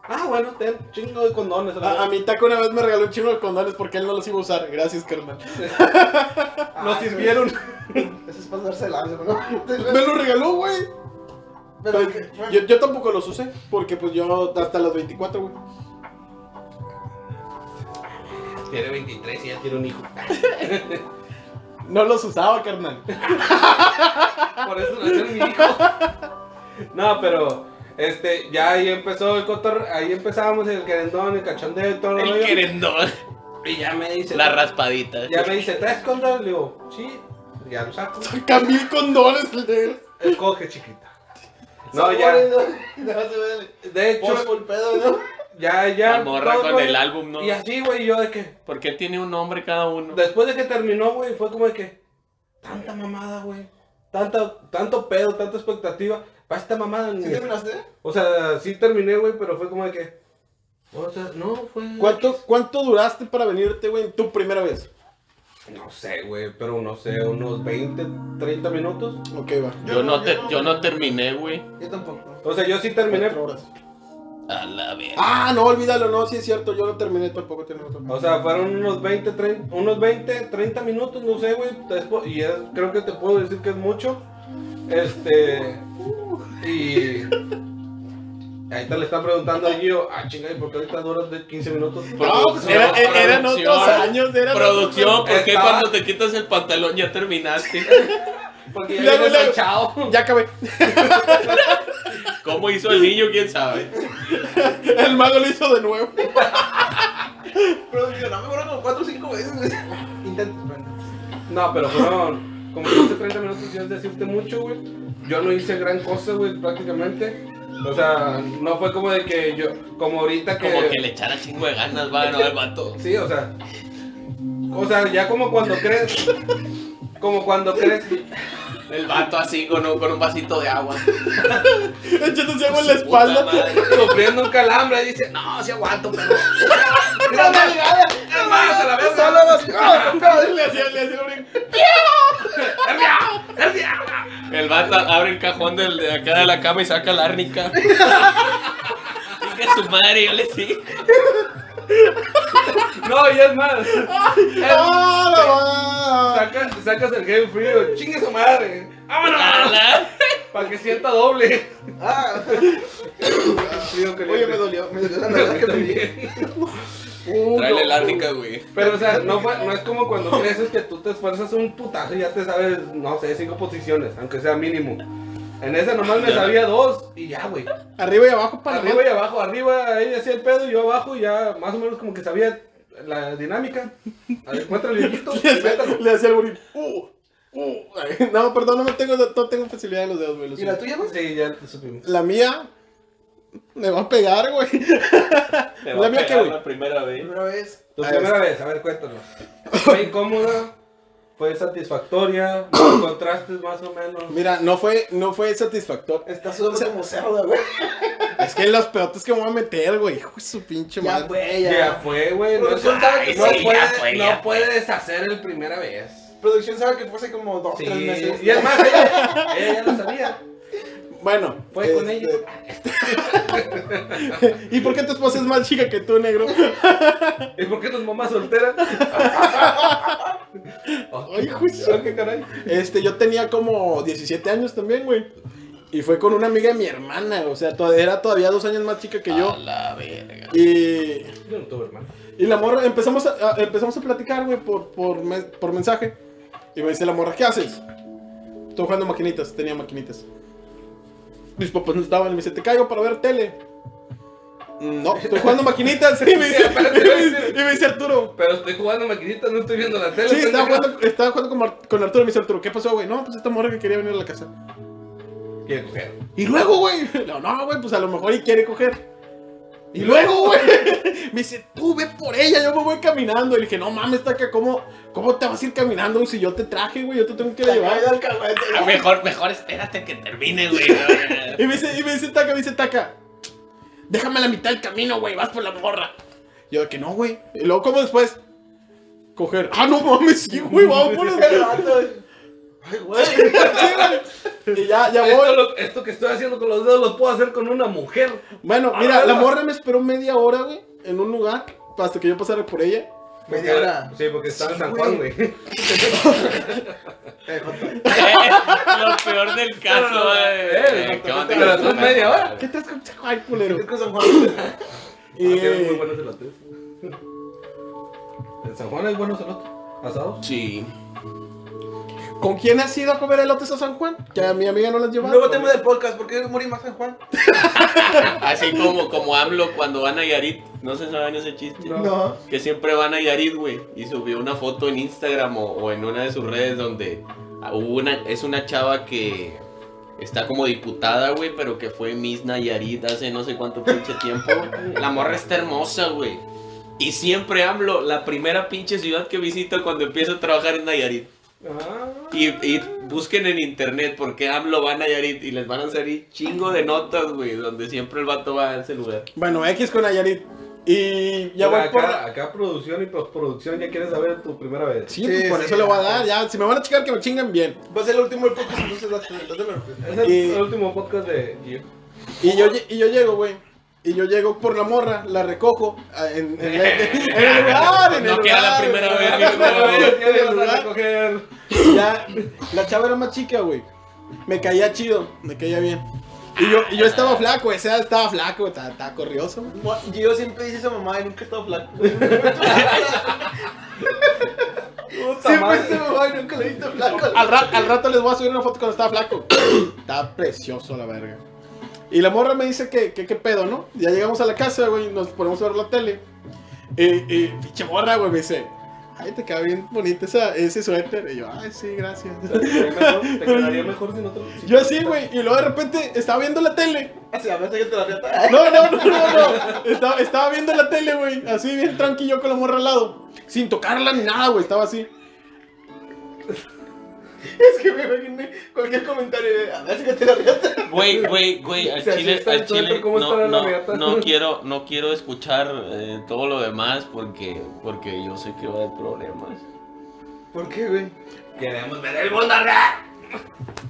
Ah, bueno, ten, chingo de condones. a la
A, a
verga.
mi taco una vez me regaló un chingo de condones porque él no los iba a usar. Gracias, carnal.
Los
Ay, güey.
sirvieron.
Ah, Eso es pasarse el lanza, ¿no?
Me lo regaló, güey.
Pero
Pero
que-
Pues, Yo, yo tampoco los usé porque, pues, yo hasta los 24, güey.
Ah.
Tiene 23 y ya tiene un hijo.
No los usaba, carnal.
Por eso nació mi hijo.
No, pero este, ya ahí empezó el cotor, ahí empezábamos el querendón, el cachondeo y todo el
El
rollo.
querendón.
Y ya me dice,
La raspadita.
ya me dice, ¿traes condones? Le digo, sí, ya lo saco.
Cambié condones el de él.
Escoge, chiquita. No,
Sabores,
ya,
No No, se ve
de
el
hecho,
chusco el pedo, ¿no?
ya, ya.
La morra
todo
con el
rollo.
álbum, ¿no?
Y así, güey, yo de que,
Porque tiene un nombre cada uno.
después de que terminó, güey, fue como de que, tanta mamada, güey. Tanta, tanto pedo, tanta expectativa. Para esta mamada, ni-
¿Sí terminaste?
O sea, sí terminé, güey, pero fue como de que, O sea, no, fue.
¿Cuánto, ¿Cuánto duraste para venirte, güey, en tu primera vez?
No sé, güey, pero no sé,
Mm.
unos 20, 30 minutos.
Ok, va.
Yo, no, te- yo no terminé, güey.
Yo tampoco.
O sea, yo sí terminé.
Cuatro horas.
A la verga.
Ah, no, olvídalo, no, sí es cierto, yo no terminé tampoco, tiene razón.
O sea, fueron unos 20, 30, unos 20, 30 minutos, no sé, güey. es po- Y es- creo que te puedo decir que es mucho. Este. Y. Ahorita le está preguntando a Gio, ah, chinga, ¿y por qué ahorita duras de 15 minutos?
No, pues
Producción,
era- era- eran
producción,
otros años, eran
Producción, ¿por qué
Estaba-
cuando te quitas el pantalón ya terminaste?
Porque
Le hago,
vienes
le hago.
manchado.
Ya acabé.
¿Cómo hizo el niño? ¿Quién sabe?
El mago lo hizo de nuevo.
Pero yo no me acuerdo como 4 o 5 veces, güey. Intento, pero no.
No, pero fueron como 15, 30 minutos, ya es decirte mucho, güey. Yo no hice gran cosa, güey, prácticamente. O sea, no fue como de que yo, como ahorita que...
Como que le echara chingo de ganas, va, no, el vato.
Sí, o sea... O sea, ya como cuando crees... Como cuando crees...
El vato así con un, con un vasito de agua.
Echándose agua en la
Su puta
espalda.
madre.
Sufriendo un calambre, dice, no, si aguanto, pero...
¡No me llegaba!
¡No más, a la vez
¡Solo los
Le hacía, le hacía un-
El vato abre el cajón del, de acá de la cama y saca la árnica. Diga su madre, yo le sí.
No, y es más...
¡Ah, la va!
Sacas, sacas el Game Frío, chingue su madre. ¡Vámonos! Para que sienta doble.
¡Ah!
Frío caliente.
Oye, me dolió. Me dolió la nalga que me di.
Tráele la árnica, güey.
Pero, o sea, no, fue- no es como cuando creces que tú te esfuerzas un putazo y ya te sabes, no sé, cinco posiciones, aunque sea mínimo. En esa nomás me sabía dos y ya, güey.
Arriba y abajo para
Arriba y abajo, arriba, ella hacía el pedo y yo abajo y ya más o menos como que sabía la dinámica. A ver, encuentra el viejito y
Le hacía,
métalo.
le hacía el burín. Uh, uh. Ay, No, perdón, no me tengo, no tengo facilidad en los dedos, güey. lo
¿Y la
siento.
tuya, güey?
Sí, ya te supimos.
La mía me va a pegar, güey.
Te
va a mía, ¿qué, pegar güey?
La primera vez.
Primera vez.
Tu
A
primera vez, a ver, cuéntanos. ¿Fue incómoda? ¿Fue satisfactoria? ¿Lo encontraste más o menos?
Mira, no fue, no fue satisfactorio.
Está sudando como cerda, güey.
Es que los pelotes que me voy a meter, güey. Hijo de su pinche
Ya,
madre.
güey,
Ya,
ya.
fue, güey. No,
Producción sabe que
Ay,
no
sí, ya
puede-
fue,
no
ya
puede deshacer el primera vez.
Producción sabe que fue hace como 2
Sí,
3 meses.
y es más, ella, ella ya lo sabía.
Bueno,
Fue con
este,
ella.
¿Y por qué tu esposa es más chica que tú, negro?
¿Y por qué tu mamá soltera?
Ay, juicio.
Ah, qué caray.
Este, yo tenía como 17 años también, güey. Y fue con una amiga de mi hermana, o sea, tod- era todavía dos años más chica que
A
yo.
la verga.
Y,
Yo no tuve hermano.
y la morra, empezamos a, a- empezamos a platicar, güey, por, por, mes- por mensaje. Y me dice la morra, ¿qué haces? Estoy jugando maquinitas, tenía maquinitas. Mis papás no estaban, y me dice, te caigo para ver tele. No, estoy jugando maquinitas. Y me dice, y me dice Arturo,
Pero estoy jugando maquinita, no estoy viendo la tele.
Sí,
pendejo.
estaba jugando, estaba jugando con, Mar- con Arturo y me dice Arturo, ¿qué pasó, güey? No, pues esta morra que quería venir a la casa.
Quiere coger.
Y luego, güey. Le digo, no, güey, pues a lo mejor y quiere coger. Y luego, güey. Me dice, tú ve por ella, yo me voy caminando. Y le dije, no mames, taca, ¿cómo, ¿cómo te vas a ir caminando si yo te traje, güey? Yo te tengo que
La caída
llevar.
del cacahuete,
Ah,
güey.
Mejor, mejor espérate que termine, güey.
Y me dice, y me dice Taca, me dice Taca, déjame a la mitad del camino, güey, vas por la morra. Yo de que no, güey. Y luego, ¿cómo después? Coger. Ah, no mames, sí, güey, vamos por la
El vato, güey. Ay, güey.
Sí, güey. Y ya, ya voy.
Esto, lo- esto que estoy haciendo con los dedos lo puedo hacer con una mujer.
Bueno,
Ah,
mira, la
no.
morra me esperó media hora, güey, en un lugar, hasta que yo pasara por ella.
Media hora.
Sí, porque estaba en
Sí,
San
güey.
Juan, güey.
Eh, joto.
Lo peor del caso, güey.
Eh,
¿Qué onda?
pero son media hora.
¿Qué te has comido? Ay, culero.
Es con San Juan.
Y,
Ah, tienen muy buenos elotes. En San Juan hay buenos elotes. ¿Asados?
Sí.
¿Con quién has ido a comer elotes a San Juan? Que a mi amiga no las llevaba.
Luego tema del podcast, ¿por qué morí más San Juan?
Así como, como AMLO cuando van a Yarit. No sé si saben ese chiste.
No.
Que siempre van a Yarit, güey. Y subió una foto en Instagram o, o en una de sus redes donde ah, hubo una, es una chava que está como diputada, güey, pero que fue Miss Nayarit hace no sé cuánto pinche tiempo. güey. La morra está hermosa, güey. Y siempre AMLO, la primera pinche ciudad que visita cuando empieza a trabajar es Nayarit.
Ah.
Y, y busquen en internet porque AMLO va a Nayarit y les van a salir chingo de notas, güey, donde siempre el vato va a ese lugar.
Bueno, X con Ayarit. Y ya
Mira,
voy por.
acá, acá producción y postproducción ya quieres saber tu primera vez.
Sí,
Sí,
pues, por
sí.
eso le voy a dar. Ya, si me van a chingar, que me chingan bien.
Va a ser el último del podcast, entonces date- dátemelo.
Es el,
Y-
el último podcast de... y-
Y yo, lle- y yo llego, güey. Y yo llego por la morra, la recojo ah, en, en la- en el lugar, en el
No queda la
lugar,
primera
güey.
vez, mi
Ya
amor.
me vas a
¿verdad?
recoger.
Ya, la chava era más chica, güey. Me caía chido, me caía bien. Y yo, y yo estaba flaco, ese estaba flaco, estaba, estaba corrioso, güey.
Mua, Yo siempre dice esa mamá y nunca he estado flaco. siempre
madre. Ah,
dice mamá y nunca le he visto flaco.
Al, ra- al rato les voy a subir una foto cuando estaba flaco. estaba precioso, la verga. Y la morra me dice que, que qué pedo, ¿no? Ya llegamos a la casa, güey, nos ponemos a ver la tele. Y, y pinche morra, güey, me dice, ay, te queda bien bonita esa, ese suéter. Y yo, ay, sí, gracias.
Te quedaría mejor- Te quedaría mejor sin otro... sin-
Yo así, güey, y luego de repente estaba viendo la tele.
Así, Ah, a veces yo te la reta.
No, no, no, no, no. Estaba, estaba viendo la tele, güey. Así bien tranquilo con la morra al lado. Sin tocarla ni nada, güey. Estaba así.
Es que me imaginé cualquier comentario de a veces que te la reta.
Güey, güey, güey, al
Si así
chile,
está el
al chile,
suéter, ¿cómo
no,
estará la
no,
regata?
no quiero, no quiero escuchar eh, todo lo demás porque, porque yo sé que va a haber problemas.
¿Por qué, güey?
Queremos ver el mundo real.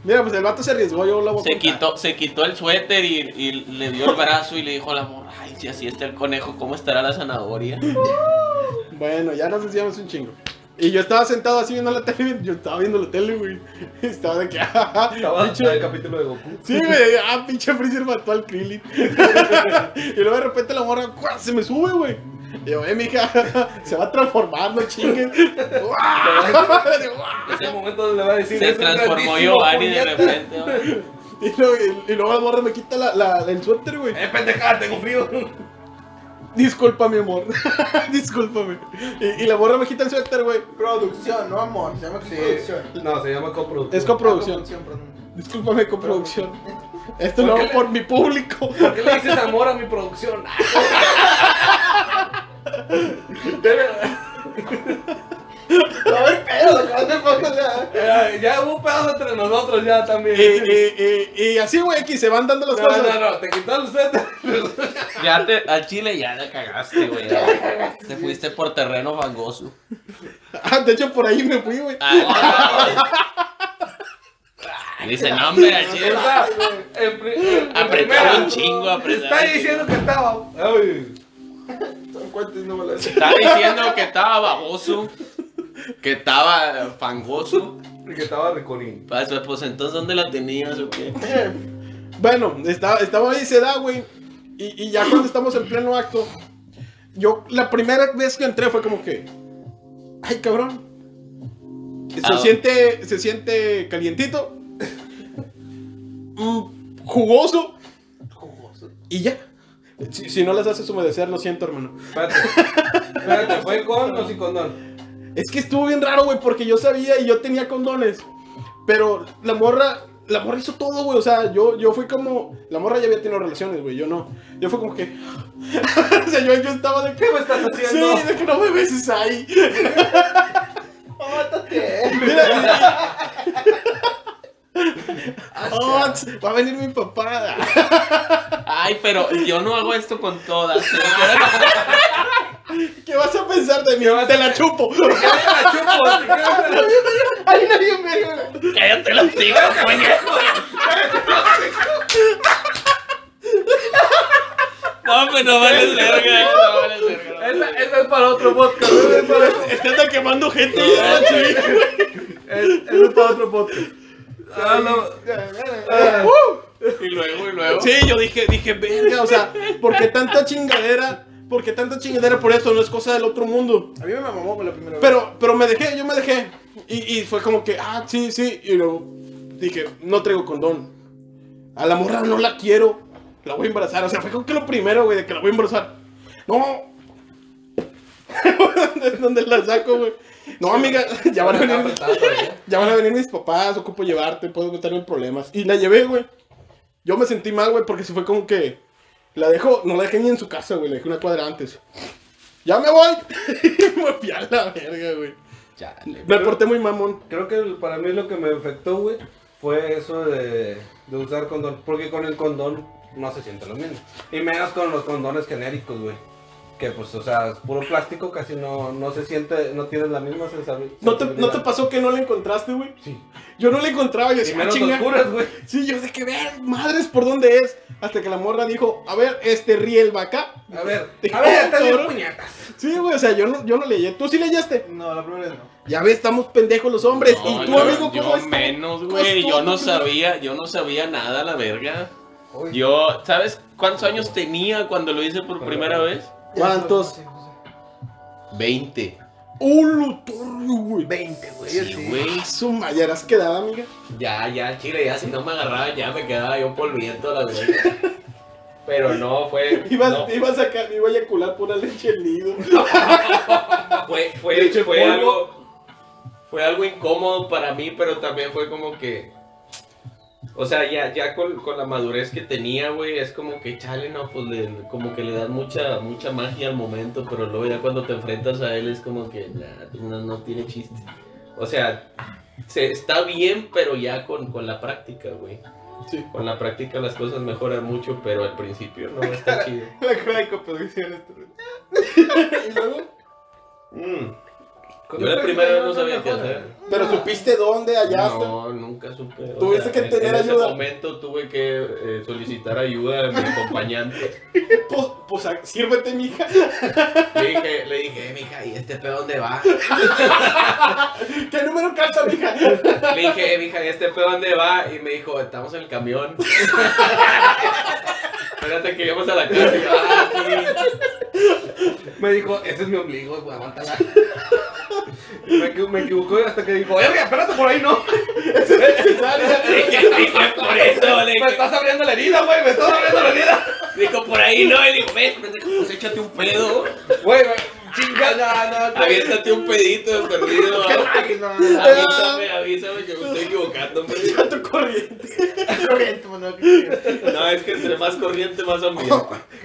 Mira, pues el vato se arriesgó, yo la voy a
Se
contar.
quitó, se quitó el suéter y, y le dio el brazo y le dijo a la morra, ay, si así está el conejo, ¿cómo estará la zanahoria?
Bueno, ya nos decíamos un chingo. Y yo estaba sentado así viendo la tele. Yo estaba viendo la tele, güey. Estaba de que. ah, ah, ah.
Estaba en el capítulo de Goku.
Sí, güey. Ah, pinche Freezer mató al Krillin. y luego de repente la morra ¡cuá! se me sube, güey. Y yo, eh, mija, se va a transformar, no chingues. ¡Guau!
Ese momento donde va a decir...
Se
"Es un
transformó
grandísimo
Giovanni de
puñeta".
repente. ¿no?
Y luego, y luego la morra me quita la, la- el suéter, güey.
Eh, pendejada, tengo frío.
Disculpa, mi amor. Discúlpame. Y, y la morra me quita el suéter, güey.
Producción, no amor, se llama producción. Ah,
Sí. No, se llama coproducción.
Es coproducción.
perdón.
Discúlpame, coproducción. Esto lo hago por mi público.
¿Por qué le dices amor a mi producción?
A ver, pero, acabas de pasar.
Eh, ya hubo un pedazo entre nosotros ya también.
Y, y, y, y así, güey, aquí se van dando las
no,
cosas.
no, no, te quitó el set.
Ya te, al chile ya la cagaste, güey. ya. Te fuiste por terreno fangoso.
Ah, de hecho, por ahí me fui, güey.
Ah,
Dice, no, hombre, al chile.
O sea, en pri- en primera,
Apretaba un chingo, apretaba.
Está
un chingo.
diciendo que estaba. Ay,
Son cuentos, no me lo sé.
Está diciendo que estaba baboso, que estaba fangoso.
que estaba ricolín.
Pues, pues, entonces, ¿dónde la tenías o qué?
Bueno, estaba, estaba ahí, se da, güey. Y, y ya cuando estamos en pleno acto, yo la primera vez que entré fue como que. Ay, cabrón. Se
Ah.
siente. Se siente calientito. mm, jugoso.
Jugoso.
Y ya. Si, si no las haces humedecer, lo siento, hermano.
Espérate. Espérate, ¿fue con o sin condón?
Es que estuvo bien raro, güey, porque yo sabía y yo tenía condones. Pero la morra, la morra hizo todo, güey. O sea, yo, yo fui como. La morra ya había tenido relaciones, güey. Yo no. Yo fue como que. o sea, yo, yo estaba de que.
¿Qué me estás
Sí,
haciendo?
de que no me beses ahí.
Mátate.
Mira. Oh, va a venir mi papá.
Ay, pero yo no hago esto con todas.
¿Qué vas a pensar de mí? Te la chupo.
¿Qué me la chupo? ¿Qué me la-
Ahí nadie me dio.
Cállate los hocico, coño. No, pues no vales verga, no vales verga.
Esa, esa es para otro podcast. Esa es para,
Estás quemando gente.
Ah,
sí.
es- esa es para otro podcast. Ah, no. Ah.
Y luego, y luego.
Sí, yo dije, dije, verga, o sea, ¿por qué tanta chingadera? ¿Por qué tanta chingadera por esto? No es cosa del otro mundo.
A mí me mamó por la primera vez.
Pero, pero me dejé, yo me dejé. Y, y fue como que, ah, sí, sí. Y luego dije, no traigo condón. A la morra no la quiero. La voy a embarazar. O sea, fue como que lo primero, güey, de que la voy a embarazar. No. ¿Dónde- ¿Dónde la saco, güey? No, amiga, ya van a
Ah,
venir. Ya van a venir mis papás, ocupo llevarte, puedo meterme en problemas. Y la llevé, güey. Yo me sentí mal, güey, porque si fue como que. La dejo, no la dejé ni en su casa, güey, la dejé una cuadra antes. ¡Ya me voy! Y me fui a la verga, güey.
Chale.
Me porté muy mamón.
Creo que para mí lo que me afectó, güey, fue eso de, de usar condón. Porque con el condón no se siente lo mismo. Y menos con los condones genéricos, güey. que pues, o sea, es puro plástico, casi no, no se siente, no tienes la misma sensación.
¿No te, ¿No te pasó que no la encontraste, güey? Sí. Yo no la encontraba, yo
Y
decía, ah,
menos
chinga.
oscuras, güey.
Sí, yo de que ver, madres, ¿por dónde es? Hasta que la morra dijo, a ver, este riel va acá.
A ver,
Te
a ver,
cabrón.
te doy puñetas.
Sí, güey, o sea, yo no, yo no leí. Tú sí leíste.
No, la primera vez no.
Ya ves, estamos pendejos los hombres.
No,
y tú,
yo-
amigo,
yo
¿cómo es?
menos,
¿Cómo
güey.
estuvo
Yo no
tu primera-
sabía, yo no sabía nada, la verga.
Uy.
Yo, ¿sabes cuántos años tenía cuando lo hice por primera vez?
¿Cuántos?
Sí, sí.
20.
¡Un lutorrio, güey!
20, güey.
Sí, güey.
Su mayeras quedaba, amiga.
Ya, ya, chile, ya si no me agarraban ya me quedaba yo polviento, la verga. Pero no, fue.
Iba,
no,
iba a sacar, iba a eyacular pura leche el nido.
fue, fue,
Leche
fue
polvo.
algo. Fue algo incómodo para mí, pero también fue como que. O sea, ya, ya con, con la madurez que tenía, güey, es como que chale, no, pues le- como que le dan mucha, mucha magia al momento, pero luego ya cuando te enfrentas a él es como que nah, no, no tiene chiste. O sea, se, está bien, pero ya con, con la práctica, güey.
Sí.
Con la práctica las cosas mejoran mucho, pero al principio no está chido.
La cara de coproducción esto.
Y luego,
Mm. Yo la primera vez no sabía qué hacer.
Pero supiste dónde hallaste.
No, nunca supe. o
Tuviste que
en-
tener
en
ayuda.
ese momento tuve que eh, solicitar ayuda de mi acompañante.
Pues, pues a- sírvete, mija.
Le dije, le dije, "Eh, mija, ¿y este pedo dónde va?
¿Qué número calza, mija?
Le dije, "Eh, mija, ¿y este pedo dónde va? Y me dijo, estamos en el camión. Espérate que íbamos a la casa. Y yo, "Ah, sí".
Me dijo, ese es mi ombligo, güey, aguántala. me, equi- me equivocó y hasta que dijo, ¡Eh, güey, espérate por ahí, no!
Le dije, "Dije, por eso, le
¡Me
dije,
estás abriendo la herida, güey! ¡Me estás abriendo la herida!
dijo, por ahí no. Y le dijo, ves, pendejo, pues échate un pedo.
Güey, chingada,
Aviéntate un pedito de perdido.
Ay, no,
Avísame, avísame que me estoy equivocando. hombre".
A tu corriente.
corriente, mano, ¿qué
No, es que entre más corriente, más ambiente.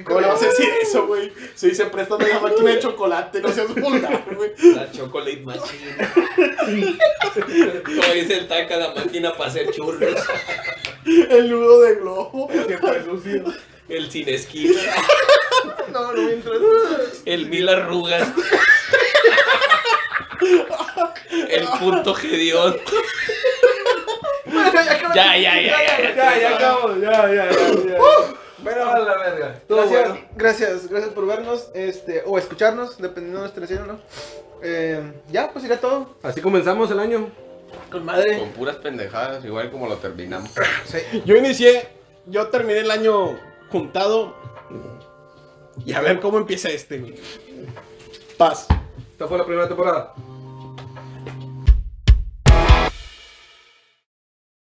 ¿Cómo le vas a decir eso, güey? Se dice, préstame la máquina de chocolate, no seas vulgar, güey.
La chocolate machine. Como dice el taca, la máquina para hacer churros.
El nudo de globo.
Siempre sucio.
El sin esquina.
quieres? No, no me entra.
El mil arrugas. El punto gedeón.
Bueno, ya acabó.
Ya, ya, ya, ya, ya.
Ya, ya acabamos, ya, ya, ya. ya.
Uh.
Bueno, a la verga. Estuvo
Gracias,
bueno.
gracias, gracias por vernos, este, o escucharnos, dependiendo de nuestra escena, ¿no? Eh, ya, pues irá todo.
Así comenzamos el año.
Con madre.
Con puras pendejadas, igual como lo terminamos.
Sí.
Yo inicié, yo terminé el año juntado. Y a ver cómo empieza este, güey. Paz.
Esta fue la primera temporada.